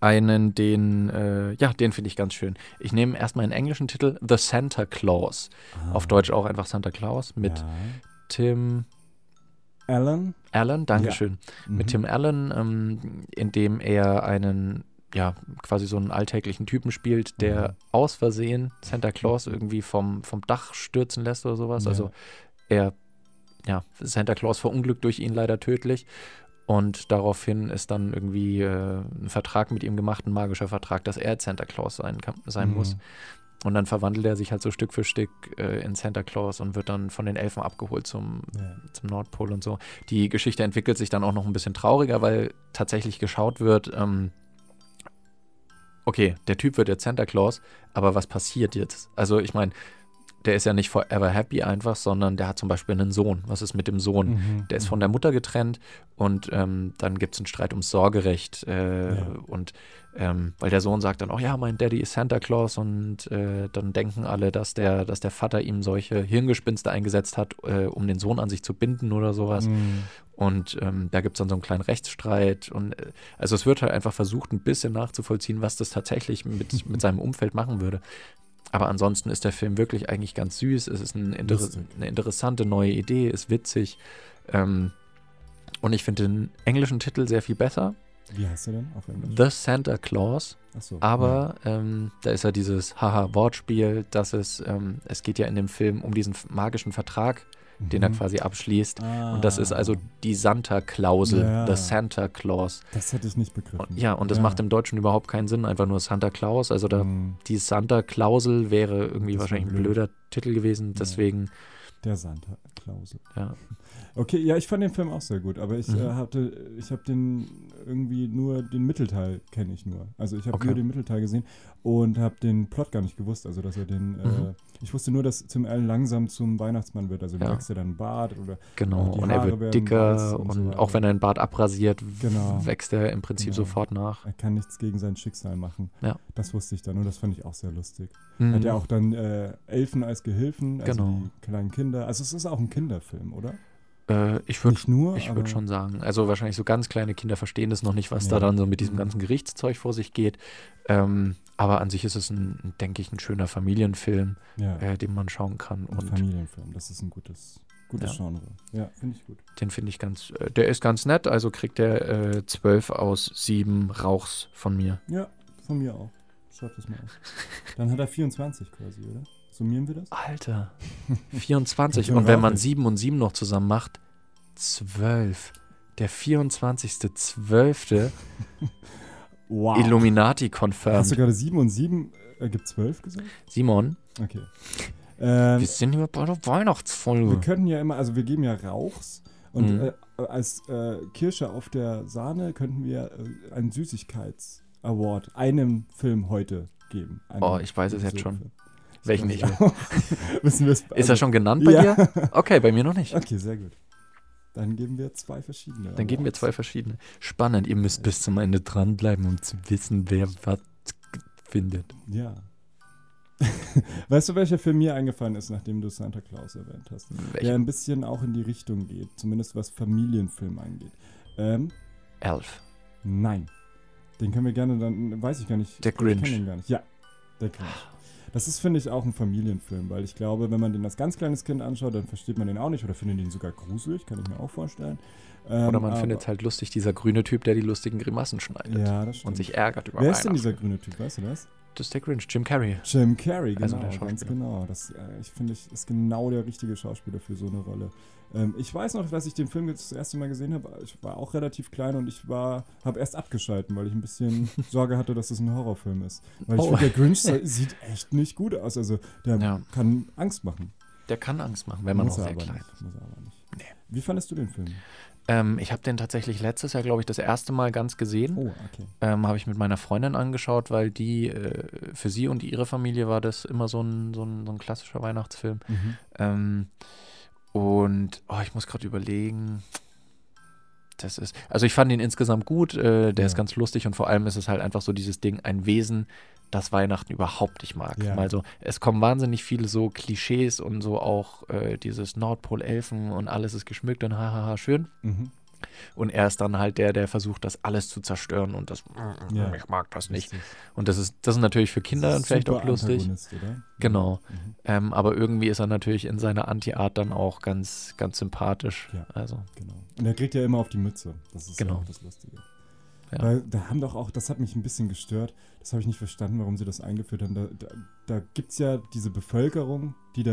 S2: einen, den, äh, ja, den finde ich ganz schön. Ich nehme erstmal einen englischen Titel, The Santa Claus.
S1: Ah.
S2: Auf Deutsch auch einfach Santa Claus mit
S1: Ja.
S2: Tim
S1: Alan.
S2: Allen, Dankeschön.
S1: Mhm.
S2: Mit Tim Allen, ähm, in dem er einen ja, quasi so einen alltäglichen Typen spielt, der
S1: Mhm.
S2: aus Versehen Santa Claus irgendwie vom, vom Dach stürzen lässt oder sowas.
S1: Ja.
S2: Also er, ja, Santa Claus verunglückt durch ihn leider tödlich. Und daraufhin ist dann irgendwie äh, ein Vertrag mit ihm gemacht, ein magischer Vertrag, dass er jetzt Santa Claus sein, kann, sein
S1: Mhm.
S2: muss. Und dann verwandelt er sich halt so Stück für Stück äh, in Santa Claus und wird dann von den Elfen abgeholt zum,
S1: Ja.
S2: zum Nordpol und so. Die Geschichte entwickelt sich dann auch noch ein bisschen trauriger, weil tatsächlich geschaut wird, ähm, okay, der Typ wird jetzt Santa Claus, aber was passiert jetzt? Also ich meine, der ist ja nicht forever happy einfach, sondern der hat zum Beispiel einen Sohn. Was ist mit dem Sohn?
S1: Mhm.
S2: Der ist von der Mutter getrennt und ähm, dann gibt es einen Streit ums Sorgerecht. Äh,
S1: Ja.
S2: Und ähm, weil der Sohn sagt dann, oh ja, mein Daddy ist Santa Claus und äh, dann denken alle, dass der, dass der Vater ihm solche Hirngespinste eingesetzt hat, äh, um den Sohn an sich zu binden oder sowas.
S1: Mhm.
S2: Und ähm, da gibt es dann so einen kleinen Rechtsstreit. Und äh, also es wird halt einfach versucht, ein bisschen nachzuvollziehen, was das tatsächlich mit, mit seinem Umfeld machen würde. Aber ansonsten ist der Film wirklich eigentlich ganz süß. Es ist ein inter
S1: Lustig.
S2: eine interessante neue Idee, ist witzig. Ähm, und ich finde den englischen Titel sehr viel besser.
S1: Wie heißt der denn auf Englisch?
S2: The Santa Claus.
S1: Ach so.
S2: Aber ähm, da ist ja dieses Haha-Wortspiel, dass es, ähm, es geht ja in dem Film um diesen magischen Vertrag,
S1: ja.
S2: den er
S1: Mhm.
S2: quasi abschließt.
S1: Ah,
S2: Und das ist also die Santa-Klausel,
S1: Ja.
S2: the Santa Claus.
S1: Das hätte ich nicht begriffen.
S2: Und, ja, und das
S1: Ja.
S2: macht im Deutschen überhaupt keinen Sinn, einfach nur Santa Claus. Also da,
S1: Mhm.
S2: die Santa-Klausel wäre irgendwie
S1: Das war
S2: wahrscheinlich ein
S1: blöd.
S2: blöder Titel gewesen.
S1: Ja.
S2: Deswegen,
S1: Der Santa Klausel.
S2: ja.
S1: Okay, ja, ich fand den Film auch sehr gut, aber ich
S2: Mhm.
S1: äh, hatte, ich habe den irgendwie nur den Mittelteil kenne ich nur. Also ich habe
S2: Okay.
S1: nur den Mittelteil gesehen und habe den Plot gar nicht gewusst. Also dass er den, äh,
S2: Mhm.
S1: ich wusste nur, dass Tim Allen langsam zum Weihnachtsmann wird. Also
S2: Ja.
S1: wächst er dann Bart oder
S2: Genau,
S1: Und die
S2: und er
S1: Haare werden
S2: wird
S1: weiß
S2: dicker
S1: und
S2: und,
S1: so weiter.
S2: auch wenn er den Bart abrasiert, w-
S1: Genau.
S2: wächst er im Prinzip
S1: Genau.
S2: sofort nach.
S1: er kann nichts gegen sein Schicksal machen.
S2: Ja. Mhm.
S1: Das wusste ich dann und das fand ich auch sehr lustig. Hat er auch dann äh, Elfen als Gehilfen, also
S2: Genau.
S1: die kleinen Kinder. Also es ist auch ein Kinderfilm, oder?
S2: äh, ich würde
S1: nicht nur,
S2: ich
S1: aber
S2: würd schon sagen, also wahrscheinlich so ganz kleine Kinder verstehen das noch nicht, was da
S1: Nee.
S2: dann so mit diesem ganzen Gerichtszeug vor sich geht. Ähm, aber an sich ist es, ein, denke ich, ein schöner Familienfilm,
S1: ja,
S2: äh, den man schauen kann.
S1: ein
S2: Und
S1: Familienfilm. Das ist ein gutes, gutes Genre. Ja, finde ich gut.
S2: den finde ich ganz, äh, der ist ganz nett, also kriegt der äh, 12 aus 7 Rauchs von mir.
S1: Ja, von mir auch. Schreib das mal auf. Dann hat er 24 quasi, oder? Summieren wir das?
S2: Alter, 24.
S1: Ganz
S2: und wenn man
S1: unglaublich.
S2: 7 und 7 noch zusammen macht, 12. Der 24.12.
S1: Wow.
S2: Illuminati
S1: Hast du
S2: confirmed.
S1: gerade 7 und 7 ergibt 12 gesagt?
S2: Simon,
S1: Okay. Ähm,
S2: wir sind hier bei der
S1: wir
S2: Weihnachtsfolge.
S1: könnten ja immer, also wir geben ja Rauchs und
S2: Mhm.
S1: äh, als äh, Kirsche auf der Sahne könnten wir äh, einen Süßigkeits-Award einem Film heute geben. Einem
S2: Oh, ich weiß es jetzt schon.
S1: Film. Das
S2: Welchen
S1: weiß
S2: ich
S1: auch. Wissen wir es?
S2: Ist er schon genannt bei
S1: Also, ja.
S2: dir? Okay, bei mir noch nicht.
S1: Okay, sehr gut. Dann geben wir zwei verschiedene.
S2: Dann geben wir
S1: Awards.
S2: zwei verschiedene. Spannend, ihr müsst bis zum Ende dranbleiben, um zu wissen, wer was findet.
S1: Ja. weißt du, welcher Film mir eingefallen ist, nachdem du Santa Claus erwähnt hast? Der
S2: Welcher?
S1: ein bisschen auch in die Richtung geht, zumindest was Familienfilm angeht. Ähm,
S2: Elf.
S1: nein. Den können wir gerne dann, weiß ich gar nicht.
S2: Der
S1: Ich kenne
S2: Grinch.
S1: den gar nicht. Ja, der Grinch. Das ist, finde ich, auch ein Familienfilm, weil ich glaube, wenn man den als ganz kleines Kind anschaut, dann versteht man den auch nicht oder findet ihn sogar gruselig, kann ich mir auch vorstellen. Ähm,
S2: Oder man
S1: aber-
S2: findet es halt lustig, dieser grüne Typ, der die lustigen Grimassen schneidet.
S1: Ja, das stimmt.
S2: Und sich ärgert über
S1: Wer ist denn
S2: Weihnachten.
S1: dieser grüne Typ, weißt du das?
S2: Das ist der Grinch, Jim Carrey.
S1: Jim Carrey, genau,
S2: Also der
S1: ganz
S2: Schauspieler.
S1: genau. Das, äh, ich finde, ich ist genau der richtige Schauspieler für so eine Rolle. Ähm, ich weiß noch, dass ich den Film jetzt das erste Mal gesehen habe. Ich war auch relativ klein und ich war, habe erst abgeschalten, weil ich ein bisschen Sorge hatte, dass es ein Horrorfilm ist. Weil ich
S2: Oh.
S1: finde, der Grinch se- sieht echt nicht gut aus. Also der
S2: Ja.
S1: kann Angst machen.
S2: Der kann Angst machen, wenn man noch
S1: Muss er
S2: sehr
S1: aber
S2: klein
S1: nicht, Muss er aber nicht. Wie fandest du den Film?
S2: Ähm, ich habe den tatsächlich letztes Jahr, glaube ich, das erste Mal ganz gesehen.
S1: Oh, okay.
S2: Ähm, habe ich mit meiner Freundin angeschaut, weil die, äh, für sie und ihre Familie war das immer so ein, so ein, so ein klassischer Weihnachtsfilm.
S1: Mhm.
S2: Ähm, und oh, ich muss gerade überlegen. Das ist, also ich fand ihn insgesamt gut, äh, der
S1: Ja.
S2: ist ganz lustig und vor allem ist es halt einfach so dieses Ding, ein Wesen, das Weihnachten überhaupt nicht mag.
S1: Ja.
S2: Also es kommen wahnsinnig viele so Klischees und so auch äh, dieses Nordpol-Elfen und alles ist geschmückt und hahaha, schön.
S1: Mhm.
S2: Und er ist dann halt der, der versucht, das alles zu zerstören und das, mm,
S1: Ja.
S2: ich mag das nicht.
S1: Richtig.
S2: Und das ist, das ist natürlich für Kinder
S1: Das
S2: dann
S1: ist
S2: vielleicht
S1: super
S2: auch lustig.
S1: Antagonist, Oder?
S2: Genau.
S1: Mhm.
S2: Ähm, aber irgendwie ist er natürlich in seiner Anti-Art dann auch ganz, ganz sympathisch.
S1: Ja.
S2: Also,
S1: Genau. Und er kriegt ja immer auf die Mütze. Das ist
S2: Genau.
S1: ja auch das Lustige.
S2: Ja.
S1: Weil da haben doch auch, das hat mich ein bisschen gestört, das habe ich nicht verstanden, warum sie das eingeführt haben. Da, da, da gibt es ja diese Bevölkerung, die da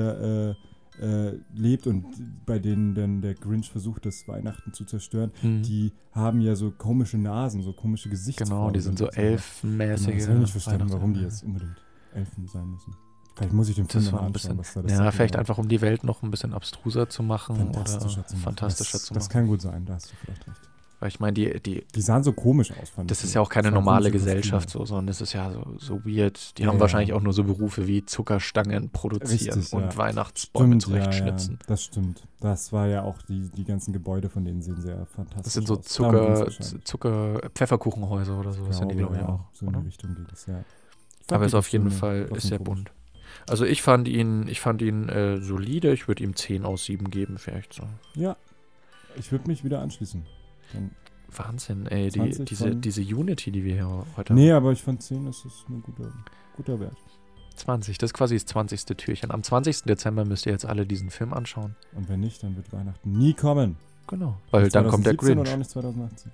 S1: äh, äh, lebt und bei denen dann der Grinch versucht, das Weihnachten zu zerstören.
S2: Mhm.
S1: Die haben ja so komische Nasen, so komische Gesichtsformen.
S2: genau, die sind so
S1: und ja.
S2: elfenmäßige.
S1: Genau, das habe ich nicht verstanden,
S2: Weihnachts-
S1: warum die jetzt unbedingt Elfen sein müssen. Vielleicht muss ich den Film
S2: Das
S1: nochmal
S2: war
S1: anschauen,
S2: ein bisschen,
S1: was da das
S2: ja, vielleicht
S1: genau
S2: einfach um die Welt noch ein bisschen abstruser zu machen
S1: fantastischer
S2: oder
S1: zu machen.
S2: fantastischer
S1: das,
S2: zu
S1: Das
S2: machen.
S1: kann gut sein, da hast du vielleicht recht.
S2: Weil ich meine, die, die,
S1: Die sahen so komisch aus, fand
S2: das
S1: ich.
S2: ist ja auch keine
S1: Das waren
S2: normale
S1: komische Kostüme.
S2: Gesellschaft so, sondern das ist ja so, so weird. Die
S1: Ja,
S2: haben
S1: ja.
S2: wahrscheinlich auch nur so Berufe wie Zuckerstangen produzieren
S1: Richtig,
S2: und
S1: ja.
S2: Weihnachtsbäume
S1: Stimmt, ja,
S2: zurechtschnitzen.
S1: Ja, das stimmt. Das war ja auch die, die ganzen Gebäude von denen sehen sehr fantastisch
S2: Das sind so
S1: aus. Darum ging's
S2: Zucker,
S1: wahrscheinlich.
S2: Zucker, Pfefferkuchenhäuser oder so,
S1: Glaube,
S2: das sind die, glaube ich,
S1: ja,
S2: auch.
S1: So in
S2: oder?
S1: die Richtung geht es, ja. Ich
S2: Aber
S1: fand
S2: ist
S1: die
S2: auf jeden
S1: Kostüme
S2: Fall ist
S1: trotzdem
S2: sehr
S1: komisch.
S2: bunt. Also ich fand ihn, ich fand ihn äh, solide. Ich würde ihm 10 aus 7 geben, vielleicht so.
S1: Ja. Ich würde mich wieder anschließen. Dann,
S2: Wahnsinn, ey, die,
S1: 20
S2: diese,
S1: von-
S2: diese Unity, die wir hier heute
S1: nee, aber ich fand 10, das ist ein guter, guter Wert.
S2: haben. 20, das ist quasi das 20. Türchen. Am 20. Dezember müsst ihr jetzt alle diesen Film anschauen.
S1: Und wenn nicht, dann wird Weihnachten nie kommen.
S2: Genau. Weil
S1: Nicht
S2: dann kommt der
S1: 2017
S2: Grinch.
S1: Und auch nicht 2018.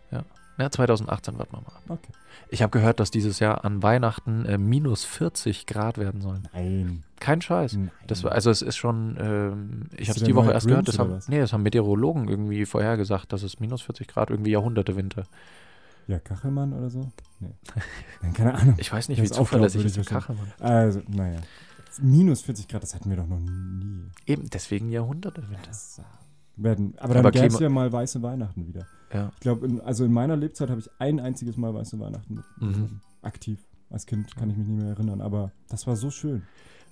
S2: Ja, 2018 warten wir mal ab.
S1: Okay.
S2: Ich habe gehört, dass dieses Jahr an Weihnachten äh, minus 40 Grad werden sollen.
S1: Nein.
S2: Kein Scheiß.
S1: Nein.
S2: Das war, also es ist schon, ähm, ich
S1: Mhm. Ist
S2: habe es
S1: der
S2: die Woche
S1: neue
S2: erst
S1: Grinch
S2: gehört, das
S1: oder
S2: haben,
S1: was?
S2: nee, das haben Meteorologen irgendwie vorhergesagt, dass es minus 40 Grad irgendwie Jahrhundertewinter.
S1: ja, Kachelmann oder so? Nee. Nein, keine Ahnung.
S2: Ich weiß nicht,
S1: Der
S2: wie
S1: ist auch
S2: zuverlässig
S1: glaubwürdig
S2: ist
S1: wahrscheinlich.
S2: Kachelmann.
S1: Also, naja. Minus 40 Grad, das hatten wir doch noch nie.
S2: Eben, deswegen Jahrhundertewinter.
S1: Das werden. Aber dann
S2: Aber
S1: gäbe es
S2: Klima-
S1: ja mal weiße Weihnachten wieder.
S2: Ja.
S1: Ich glaube, in, also in meiner Lebzeit habe ich ein einziges Mal weiße Weihnachten mitbekommen.
S2: Mhm.
S1: Aktiv. Als Kind kann ich mich nicht mehr erinnern, aber das war so schön.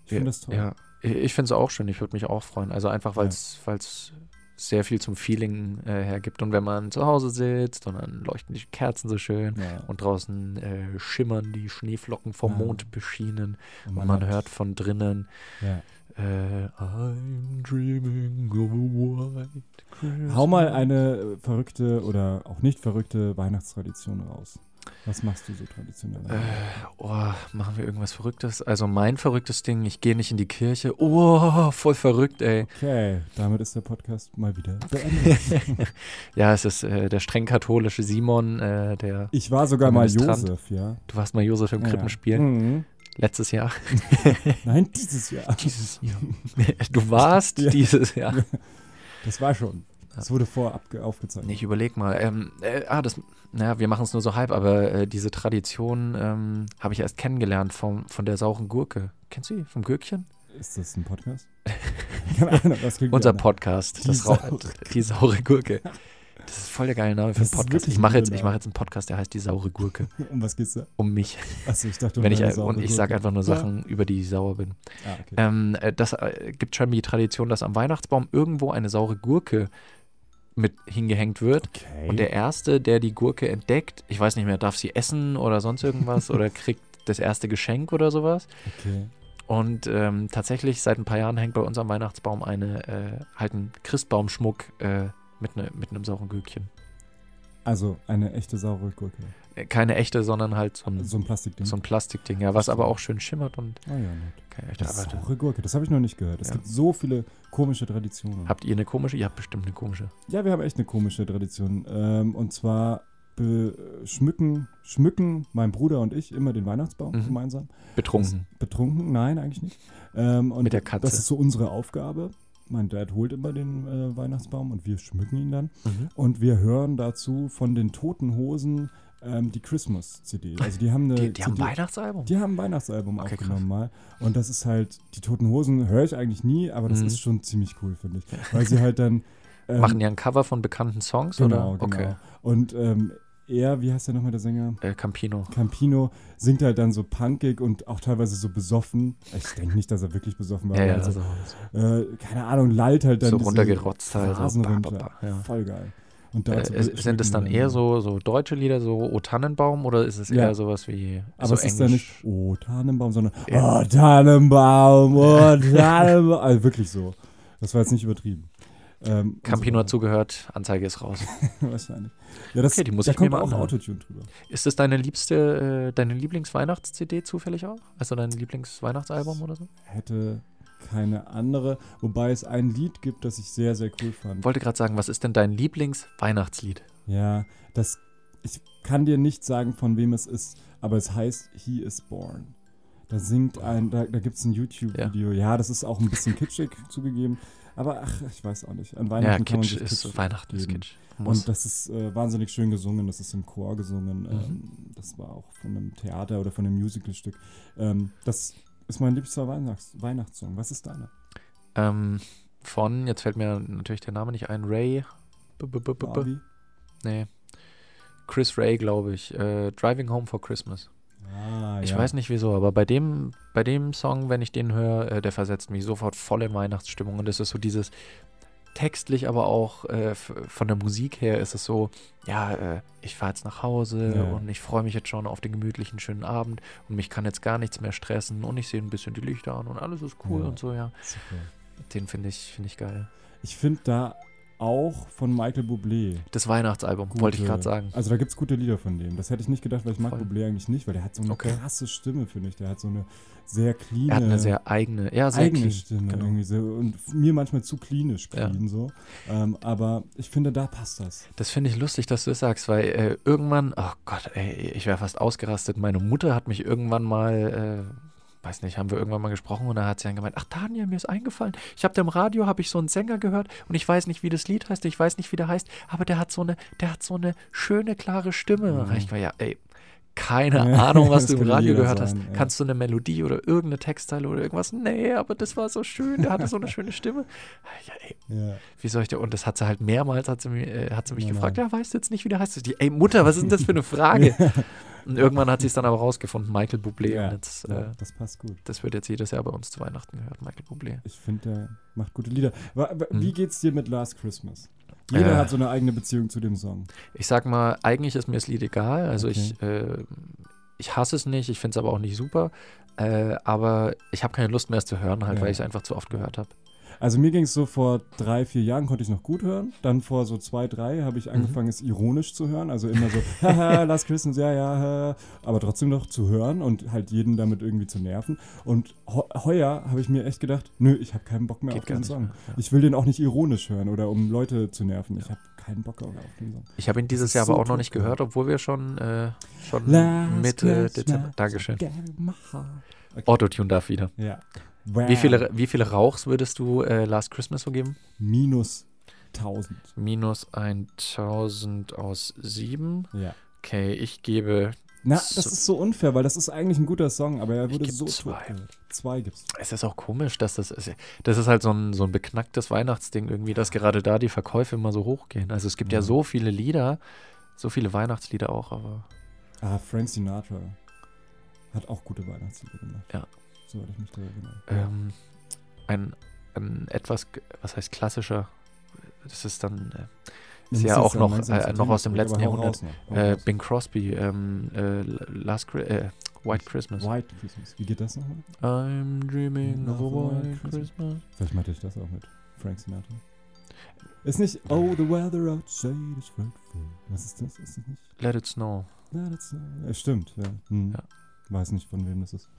S1: Ich
S2: Ja,
S1: finde das toll.
S2: Ja, ich, ich finde es auch schön. Ich würde mich auch freuen. Also einfach, weil es sehr viel zum Feeling äh, hergibt. Und wenn man zu Hause sitzt und dann leuchten die Kerzen so schön
S1: Ja,
S2: und draußen äh, schimmern die Schneeflocken vom
S1: Ja.
S2: Mond beschienen
S1: und
S2: und man
S1: hat-
S2: hört von drinnen
S1: Ja.
S2: äh, I'm dreaming of a white Christmas.
S1: Hau mal eine äh, verrückte oder auch nicht verrückte Weihnachtstradition raus. Was machst du so traditionell?
S2: Äh, oh, machen wir irgendwas Verrücktes? Also mein verrücktes Ding, ich gehe nicht in die Kirche. Oh, voll verrückt, ey.
S1: Okay, damit ist der Podcast mal wieder beendet.
S2: ja, es ist äh, der streng katholische Simon, äh, der.
S1: Ich war sogar mal
S2: Administrant.
S1: Josef, ja.
S2: Du warst mal Josef im
S1: ja.
S2: Krippenspiel
S1: Mhm.
S2: letztes Jahr.
S1: Nein, dieses Jahr.
S2: Dieses Jahr. Du warst
S1: Ja.
S2: dieses Jahr.
S1: Das war schon. Das wurde vorab ge- aufgezeichnet.
S2: Nee, ich überleg mal. Ähm, äh, ah, das. Naja, wir machen es nur so halb, aber äh, diese Tradition ähm, habe ich erst kennengelernt vom, von der sauren Gurke. Kennst du die? Vom Gürkchen?
S1: Ist das ein Podcast? Keine Ahnung, das klingt
S2: Unser
S1: wie einer.
S2: Podcast.
S1: Die
S2: das Ra-
S1: saure
S2: die saure Gurke. Das ist voll der geile Name für
S1: Das
S2: einen
S1: ist
S2: Podcast.
S1: wirklich
S2: Ich mache
S1: ein
S2: jetzt,
S1: guter
S2: ich mache jetzt einen Podcast, der heißt Die saure Gurke.
S1: Um was geht's da?
S2: Um mich.
S1: Achso, ich dachte, um
S2: Wenn ich,
S1: eine
S2: äh,
S1: saure
S2: und ich
S1: Gurke.
S2: sage einfach nur
S1: Ja.
S2: Sachen, über die ich sauer bin.
S1: Ah, okay.
S2: Ähm, äh, das äh, gibt scheinbar die Tradition, dass am Weihnachtsbaum irgendwo eine saure Gurke mit hingehängt wird.
S1: okay.
S2: Und der Erste, der die Gurke entdeckt, ich weiß nicht mehr, darf sie essen oder sonst irgendwas oder kriegt das erste Geschenk oder sowas.
S1: okay.
S2: Und ähm, tatsächlich, seit ein paar Jahren hängt bei uns am Weihnachtsbaum eine, äh, halt ein Christbaumschmuck äh, mit, ne, mit einem sauren Gürkchen.
S1: Also eine echte saure Gurke.
S2: Äh, Keine echte, sondern halt so ein,
S1: So ein Plastikding.
S2: so ein Plastikding, ja, was aber auch schön schimmert und
S1: Ah ja, nett.
S2: keine echte.
S1: Das
S2: Aber, da-
S1: saure Gurke, das habe ich noch nicht gehört. Es
S2: halt- Ja.
S1: gibt so viele komische Traditionen.
S2: habt ihr eine komische? Ihr habt bestimmt eine komische.
S1: Ja, wir haben echt eine komische Tradition. Ähm, und zwar be- schmücken, schmücken mein Bruder und ich immer den Weihnachtsbaum
S2: Mhm.
S1: gemeinsam.
S2: Betrunken.
S1: Betrunken? Nein, eigentlich nicht. Ähm, und
S2: Mit der Katze.
S1: Das ist so unsere Aufgabe. Mein Dad holt immer den äh, Weihnachtsbaum und wir schmücken ihn dann.
S2: Mhm.
S1: Und wir hören dazu von den Toten Hosen ähm, die Christmas-CD. Also die haben eine
S2: Die, die haben ein
S1: CD
S2: Weihnachtsalbum.
S1: die haben ein Weihnachtsalbum
S2: Okay,
S1: aufgenommen mal. Und das ist halt, die Toten Hosen höre ich eigentlich nie, aber das
S2: Mhm.
S1: ist schon ziemlich cool, finde ich. Weil sie halt dann. ähm,
S2: Machen ja ein Cover von bekannten Songs,
S1: genau,
S2: oder?
S1: genau. Und ähm, er, wie heißt der nochmal, der Sänger?
S2: Okay. Äh, Campino.
S1: Campino singt halt dann so punkig und auch teilweise so besoffen. Ich denke nicht, dass er wirklich besoffen war.
S2: Ja,
S1: aber
S2: ja,
S1: also,
S2: also,
S1: äh, keine Ahnung, lallt halt dann
S2: so
S1: diese
S2: runtergerotzt halt. So,
S1: Phrasen
S2: ba, ba,
S1: runter.
S2: ba, ja.
S1: Voll geil. Und
S2: Äh,
S1: dazu
S2: es- sind es dann
S1: schmücken wir
S2: eher so, so deutsche Lieder, so O Tannenbaum, oder ist es
S1: Ja.
S2: eher sowas wie
S1: Aber
S2: so
S1: es ist dann
S2: Englisch?
S1: nicht, oh Tannenbaum, sondern,
S2: Ja.
S1: oh Tannenbaum, oh Tannenbaum. also wirklich so. Das war jetzt nicht übertrieben. Ähm, und
S2: Campino
S1: so
S2: hat zugehört, Anzeige ist raus.
S1: weiter. Wahrscheinlich. Ja, das,
S2: Okay, die muss
S1: da
S2: ich mir
S1: kommt
S2: mal
S1: auch ein
S2: anhören.
S1: Autotune drüber.
S2: Ist das deine liebste, äh, deine Lieblings-Weihnachts-CD zufällig auch? Also dein Lieblings-Weihnachtsalbum oder so?
S1: Hätte keine andere. Wobei es ein Lied gibt, das ich sehr, sehr cool fand.
S2: Wollte gerade sagen, was ist denn dein Lieblings-Weihnachtslied?
S1: Ja, das ich kann dir nicht sagen, von wem es ist, aber es heißt He is Born. Da singt ein, da, da gibt es ein YouTube-Video. Ja. das ist auch ein bisschen kitschig zugegeben. Aber ach, ich weiß auch nicht. An
S2: Ja,
S1: Weihnachten kann man
S2: Kitsch
S1: sich
S2: ist
S1: kitschig
S2: Weihnachten ist
S1: geben.
S2: Kitsch.
S1: Und das ist äh, wahnsinnig schön gesungen, das ist im Chor gesungen.
S2: Mhm.
S1: Ähm, das war auch von einem Theater oder von einem Musicalstück. Ähm, das ist mein liebster Weihnachts Weihnachtssong. Was ist deiner?
S2: ähm, von, jetzt fällt mir natürlich der Name nicht ein, Ray. B -b -b -b -b
S1: Barbie?
S2: nee. Chris Ray, glaube ich. Äh, Driving Home for Christmas.
S1: Ah,
S2: Ich
S1: ja.
S2: weiß nicht wieso, aber bei dem, bei dem Song, wenn ich den höre, äh, der versetzt mich sofort voll in Weihnachtsstimmung. Und es ist so dieses textlich, aber auch äh, f- von der Musik her ist es so, ja, äh, ich fahre jetzt nach Hause
S1: Ja.
S2: und ich freue mich jetzt schon auf den gemütlichen, schönen Abend und mich kann jetzt gar nichts mehr stressen und ich sehe ein bisschen die Lichter an und alles ist cool
S1: Ja.
S2: und so, ja.
S1: Super.
S2: Den finde ich, finde ich geil.
S1: Ich finde da auch von Michael Bublé.
S2: Das Weihnachtsalbum,
S1: gute-
S2: wollte ich gerade sagen.
S1: Also da gibt es gute Lieder von dem. Das hätte ich nicht gedacht, weil ich mag
S2: Voll.
S1: Bublé eigentlich nicht, weil der hat so eine
S2: Okay.
S1: krasse Stimme, finde ich. Der hat so eine sehr clean.
S2: Er hat eine sehr eigene, ja, sehr
S1: eigene
S2: clean.
S1: Stimme
S2: genau.
S1: irgendwie so und mir manchmal zu klinisch
S2: Ja.
S1: clean so. Ähm, aber ich finde, da passt das.
S2: Das finde ich lustig, dass du das sagst, weil äh, irgendwann, oh Gott, ey, ich wäre fast ausgerastet. Meine Mutter hat mich irgendwann mal, äh, weiß nicht, haben wir irgendwann mal gesprochen und da hat sie dann gemeint, ach Daniel, mir ist eingefallen, ich habe da im Radio, habe ich so einen Sänger gehört und ich weiß nicht, wie das Lied heißt, ich weiß nicht, wie der heißt, aber der hat so eine, der hat so eine schöne, klare Stimme.
S1: Mhm.
S2: Und Ich war ja, ey, keine
S1: Ja,
S2: Ahnung, was
S1: das
S2: du im
S1: könnte
S2: Radio
S1: jeder
S2: gehört
S1: sagen,
S2: hast.
S1: ja.
S2: Kannst du eine Melodie oder irgendeine Textzeile oder irgendwas? Nee, aber das war so schön, der hatte so eine schöne Stimme. Ja, ey,
S1: Ja.
S2: wie soll ich da? Und das hat sie halt mehrmals, hat sie, mir, äh, hat sie mich
S1: Nein,
S2: gefragt, ja, weißt du jetzt nicht, wie der heißt? Ich Die, ey, Mutter, was ist denn das für eine Frage? und irgendwann hat sie es dann aber rausgefunden, Michael Bublé.
S1: Ja,
S2: Und jetzt,
S1: ja,
S2: äh,
S1: das passt gut.
S2: das wird jetzt jedes Jahr bei uns zu Weihnachten gehört, Michael Bublé.
S1: Ich finde, der macht gute Lieder. Wa- wa-
S2: Mhm.
S1: Wie geht's dir mit Last Christmas? Jeder
S2: Äh.
S1: hat so eine eigene Beziehung zu dem Song.
S2: Ich sag mal, eigentlich ist mir das Lied egal. Also
S1: Okay.
S2: ich, äh, ich hasse es nicht, ich finde es aber auch nicht super. Äh, aber ich habe keine Lust mehr, es zu hören, halt,
S1: Ja.
S2: weil ich es einfach zu oft gehört habe.
S1: Also mir ging es so vor drei, vier Jahren konnte ich noch gut hören. Dann vor so zwei, drei habe
S2: Mhm.
S1: ich angefangen, es ironisch zu hören. Also immer so, haha, Last Christmas, ja, ja, äh, aber trotzdem noch zu hören und halt jeden damit irgendwie zu nerven. Und ho heuer habe ich mir echt gedacht, nö, ich habe keinen Bock mehr
S2: Geht
S1: auf
S2: gar
S1: den
S2: nicht.
S1: Song.
S2: Mehr. Ja.
S1: Ich will den auch nicht ironisch hören oder um Leute zu nerven. Ich habe keinen Bock mehr auf den Song.
S2: Ich habe ihn
S1: ist
S2: dieses Jahr aber
S1: so
S2: auch noch nicht
S1: tot.
S2: gehört, obwohl wir schon, äh, schon
S1: Last
S2: Mhm. Mitte
S1: Christmas.
S2: Dezember. Dankeschön.
S1: Geil, Macher.
S2: Autotune darf wieder.
S1: Ja. Wow.
S2: Wie viele, wie viele Rauchs würdest du äh, Last Christmas so geben?
S1: Minus 1000.
S2: Minus 1000 aus 7.
S1: Ja.
S2: Okay, ich gebe.
S1: Na,
S2: So.
S1: das ist so unfair, weil das ist eigentlich ein guter Song, aber er
S2: Ich
S1: wurde
S2: geb
S1: so
S2: zwei.
S1: tot gehört. Zwei gibt's.
S2: Es ist auch komisch, dass das ist. Das ist halt so ein, so ein beknacktes Weihnachtsding irgendwie, dass gerade da die Verkäufe immer so hochgehen. Also es gibt ja,
S1: Ja.
S2: so viele Lieder, so viele Weihnachtslieder auch, aber.
S1: Ah, Frank Sinatra hat auch gute Weihnachtslieder gemacht.
S2: Ja.
S1: Soweit ich mich da erinnere.
S2: Ähm, ein, ein etwas, g- was heißt klassischer? Das ist dann äh,
S1: Dann
S2: ist ja
S1: das
S2: auch noch,
S1: langsam
S2: äh,
S1: zu
S2: noch aus dem
S1: Ende, aber
S2: letzten
S1: hau
S2: Jahrhundert.
S1: raus noch, hau
S2: äh, äh,
S1: raus.
S2: Bing Crosby, ähm, äh, Last Chri- äh, White Christmas.
S1: White Christmas. Wie geht das nochmal?
S2: I'm dreaming of a white Christmas.
S1: Vielleicht meinte ich das auch mit Frank Sinatra.
S2: Äh.
S1: Ist nicht Oh, the weather outside is frightful. Was ist das? Ist das nicht?
S2: Let it snow.
S1: Na, das äh, stimmt, ja. Hm.
S2: Ja.
S1: Weiß nicht, von wem das ist.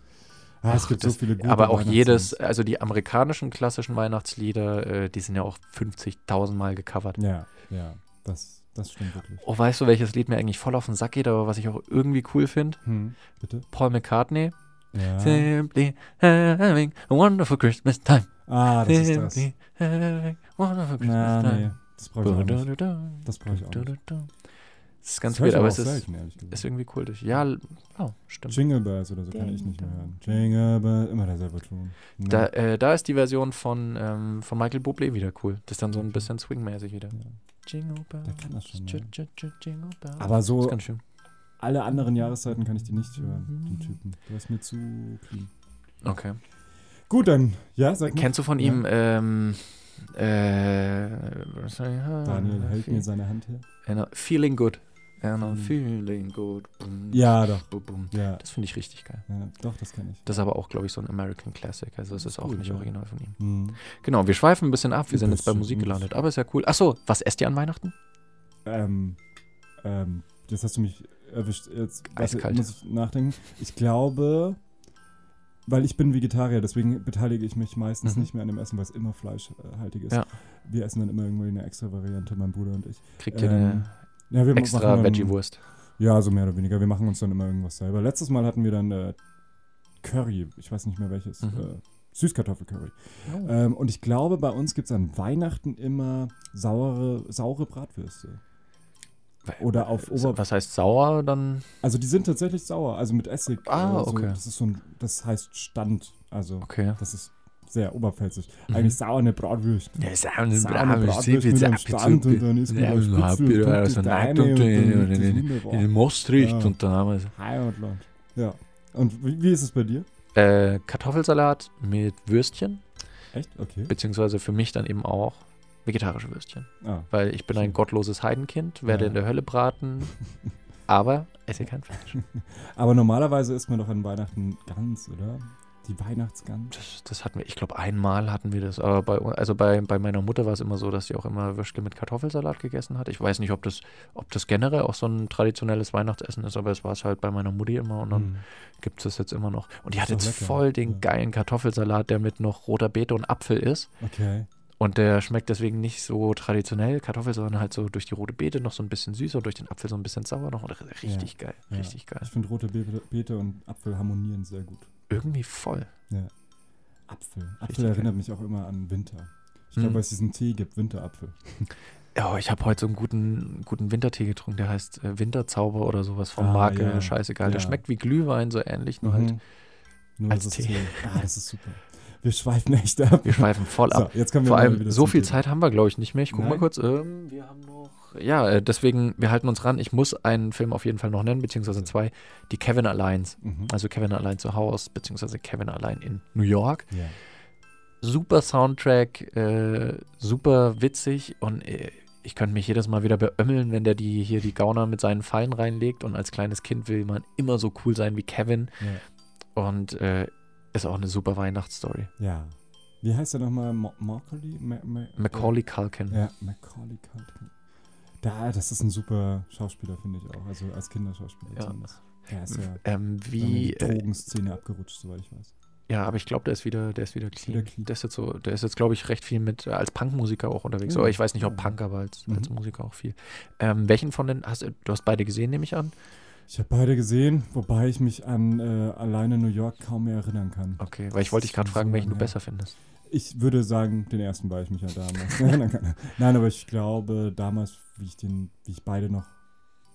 S1: Ah, es
S2: Ach,
S1: gibt
S2: das-
S1: so viele gute
S2: Aber auch
S1: Weihnachtssongs.
S2: jedes, also die amerikanischen klassischen Weihnachtslieder, äh, die sind ja auch 50.000 Mal gecovert.
S1: Ja, ja. Das, das stimmt wirklich.
S2: Oh, weißt du, welches Lied mir eigentlich voll auf den Sack geht, aber was ich auch irgendwie cool finde?
S1: Hm. Bitte?
S2: Paul McCartney.
S1: Ja.
S2: Simply having a wonderful Christmas time.
S1: Ah, das ist das.
S2: Simply having a wonderful Christmas
S1: Na, nee.
S2: time.
S1: Das brauche ich auch nicht.
S2: Du-du-du-du.
S1: Das brauche ich auch nicht.
S2: Du-du-du-du. Das ist ganz
S1: Das höre ich
S2: weird, aber es
S1: auch
S2: ist,
S1: selten, ehrlich gesagt.
S2: ist irgendwie kultig. Ja, l- oh, stimmt.
S1: Jingle Bells oder so kann ich nicht mehr hören. Jingle Bells, immer derselbe Ton. Na,
S2: Da, äh, da ist die Version von, ähm, von Michael Bublé wieder cool. Das ist dann so ein
S1: Okay.
S2: bisschen swingmäßig wieder.
S1: Ja.
S2: Jingle bells.
S1: Der kann das schon,
S2: ju-
S1: ja.
S2: ju- ju- Jingle bells.
S1: Aber
S2: das
S1: so
S2: ist ganz schön.
S1: alle anderen Jahreszeiten kann ich die nicht hören,
S2: Mhm.
S1: den Typen. Der ist mir zu clean.
S2: Okay.
S1: Gut, dann, ja, sag mal.
S2: Kennst du von
S1: Hm. Ja.
S2: ihm ähm, äh, was soll ich sagen?
S1: Daniel hält mir seine Hand her.
S2: And I- Feeling good. And I'm
S1: Mhm.
S2: feeling good. Bum,
S1: Ja, doch.
S2: bum, bum.
S1: Ja,
S2: Das finde ich richtig geil.
S1: ja doch, das kenne ich.
S2: Das ist aber auch, glaube ich, so ein American Classic. Also, das ist auch
S1: Cool,
S2: nicht
S1: ja.
S2: original von ihm.
S1: Hm.
S2: Genau, wir schweifen ein bisschen ab. Wir
S1: Ein
S2: sind jetzt bei
S1: bisschen,
S2: Musik
S1: ein
S2: gelandet.
S1: bisschen.
S2: Aber ist ja cool. Achso, was esst ihr an Weihnachten?
S1: Ähm, ähm, jetzt hast du mich erwischt. Jetzt warte,
S2: Eiskalt.
S1: muss ich nachdenken. Ich glaube, weil ich bin Vegetarier, deswegen beteilige ich mich meistens
S2: Mhm.
S1: nicht mehr an dem Essen, weil es immer fleischhaltig ist.
S2: Ja.
S1: Wir essen dann immer irgendwie eine extra Variante, mein Bruder und ich.
S2: Kriegt ihr
S1: Ähm,
S2: eine
S1: Ja, wir
S2: extra
S1: machen dann-
S2: Veggie-Wurst?
S1: Ja, so mehr oder weniger. Wir machen uns dann immer irgendwas selber. Letztes Mal hatten wir dann äh, Curry, ich weiß nicht mehr welches,
S2: Mhm.
S1: äh, Süßkartoffelcurry.
S2: Oh.
S1: Ähm, und ich glaube, bei uns gibt es an Weihnachten immer saure, saure Bratwürste. Oder auf Ober...
S2: Was heißt sauer dann?
S1: Also die sind tatsächlich sauer, also mit Essig.
S2: Ah,
S1: oder so.
S2: okay.
S1: Das ist so ein, das heißt Stand. Also
S2: Okay.
S1: das ist sehr oberpfälzisch.
S2: Mhm.
S1: Eigentlich sauer eine Bratwürste.
S2: Ja, ist auch ein
S1: Sauer eine
S2: Brahmisch.
S1: Bratwürste mit einem Stand und dann ist man
S2: Ja,
S1: da
S2: ja,
S1: Spitzel
S2: bitte,
S1: und tut
S2: also
S1: die
S2: nein,
S1: Beine und
S2: und in-
S1: dann
S2: in-
S1: das wunderbar.
S2: In Maastricht
S1: Ja.
S2: und dann haben wir so.
S1: Heimatland. Ja. Und wie, wie ist es bei dir?
S2: Äh, Kartoffelsalat mit Würstchen,
S1: Echt? Okay.
S2: beziehungsweise für mich dann eben auch vegetarische Würstchen.
S1: Ah.
S2: Weil ich bin ein gottloses Heidenkind, werde
S1: Ja.
S2: in der Hölle braten, aber esse kein Fleisch.
S1: Aber normalerweise isst man doch an Weihnachten Gans, oder? Die Weihnachtsgans.
S2: Das, das hatten wir, ich glaube, einmal hatten wir das, aber bei, also bei, bei meiner Mutter war es immer so, dass sie auch immer Würstle mit Kartoffelsalat gegessen hat. Ich weiß nicht, ob das, ob das generell auch so ein traditionelles Weihnachtsessen ist, aber es war es halt bei meiner Mutti immer und dann
S1: Mhm.
S2: gibt es das jetzt immer noch. Und die hat
S1: Ist doch
S2: jetzt
S1: lecker,
S2: voll den
S1: ja.
S2: geilen Kartoffelsalat, der mit noch roter Beete und Apfel ist.
S1: Okay.
S2: Und der schmeckt deswegen nicht so traditionell Kartoffel, sondern halt so durch die rote Beete noch so ein bisschen süßer und durch den Apfel so ein bisschen sauer noch. Und r- richtig geil,
S1: Ja.
S2: richtig geil.
S1: Ich finde rote Beete, Beete und Apfel harmonieren sehr gut.
S2: Irgendwie voll.
S1: Apfel.
S2: Richtig
S1: Apfel erinnert mich auch immer an Winter. Ich glaube,
S2: Mhm.
S1: weil es diesen Tee gibt, Winterapfel.
S2: Oh, ich habe heute so einen guten, guten Wintertee getrunken, der heißt äh, Winterzauber oder sowas von
S1: Ah,
S2: Marke,
S1: ja.
S2: scheißegal. Der
S1: Ja.
S2: schmeckt wie Glühwein, so ähnlich, nur halt.
S1: Mhm. Nur
S2: als
S1: das
S2: Tee.
S1: Ist Tee. Ah, das ist super. Wir schweifen echt ab.
S2: Wir schweifen voll ab.
S1: So, jetzt kommen wir
S2: Vor
S1: mal
S2: allem,
S1: wieder
S2: so
S1: zum
S2: viel
S1: Thema.
S2: Zeit haben wir, glaube ich, nicht mehr. Ich gucke mal
S1: Nein.
S2: kurz. Ähm, wir haben noch. Ja, äh, deswegen, wir halten uns ran. Ich muss einen Film auf jeden Fall noch nennen, beziehungsweise zwei. Die Kevin Alliance.
S1: Mhm.
S2: Also Kevin Allein zu Hause, beziehungsweise Kevin Allein in New York.
S1: Ja.
S2: Super Soundtrack, äh, super witzig und äh, ich könnte mich jedes Mal wieder beömmeln, wenn der die hier die Gauner mit seinen Fallen reinlegt. Und als kleines Kind will man immer so cool sein wie Kevin. Und äh, ist auch eine super Weihnachtsstory.
S1: ja. ja. Wie heißt der nochmal? Ma- Macaulay? Ma- Ma- äh,
S2: Macaulay Culkin.
S1: Ja, Macaulay Culkin. Da, das ist ein super Schauspieler, finde ich auch. Also als Kinderschauspieler
S2: Ja.
S1: zumindest. Der ist ja
S2: Ähm,
S1: dann in
S2: wie
S1: die Drogenszene abgerutscht, soweit ich weiß.
S2: Ja, aber ich glaube, der ist wieder, der ist wieder clean.
S1: wieder clean.
S2: Der ist jetzt so, der ist jetzt, glaube ich, recht viel mit äh, als Punkmusiker auch unterwegs.
S1: Ja.
S2: Aber ich weiß nicht, ob
S1: Ja.
S2: Punk, aber als, als
S1: Mhm.
S2: Musiker auch viel. Ähm, welchen von den hast du? Du hast beide gesehen, nehme ich an.
S1: Ich habe beide gesehen, wobei ich mich an äh, alleine New York kaum mehr erinnern kann.
S2: Okay, weil ich
S1: Das
S2: wollte
S1: ist
S2: dich gerade
S1: schon
S2: fragen,
S1: so
S2: welchen du
S1: lange her.
S2: besser findest.
S1: Ich würde sagen, den ersten, weil ich mich an damals erinnern kann. Nein, aber ich glaube, damals, wie ich den, wie ich beide noch,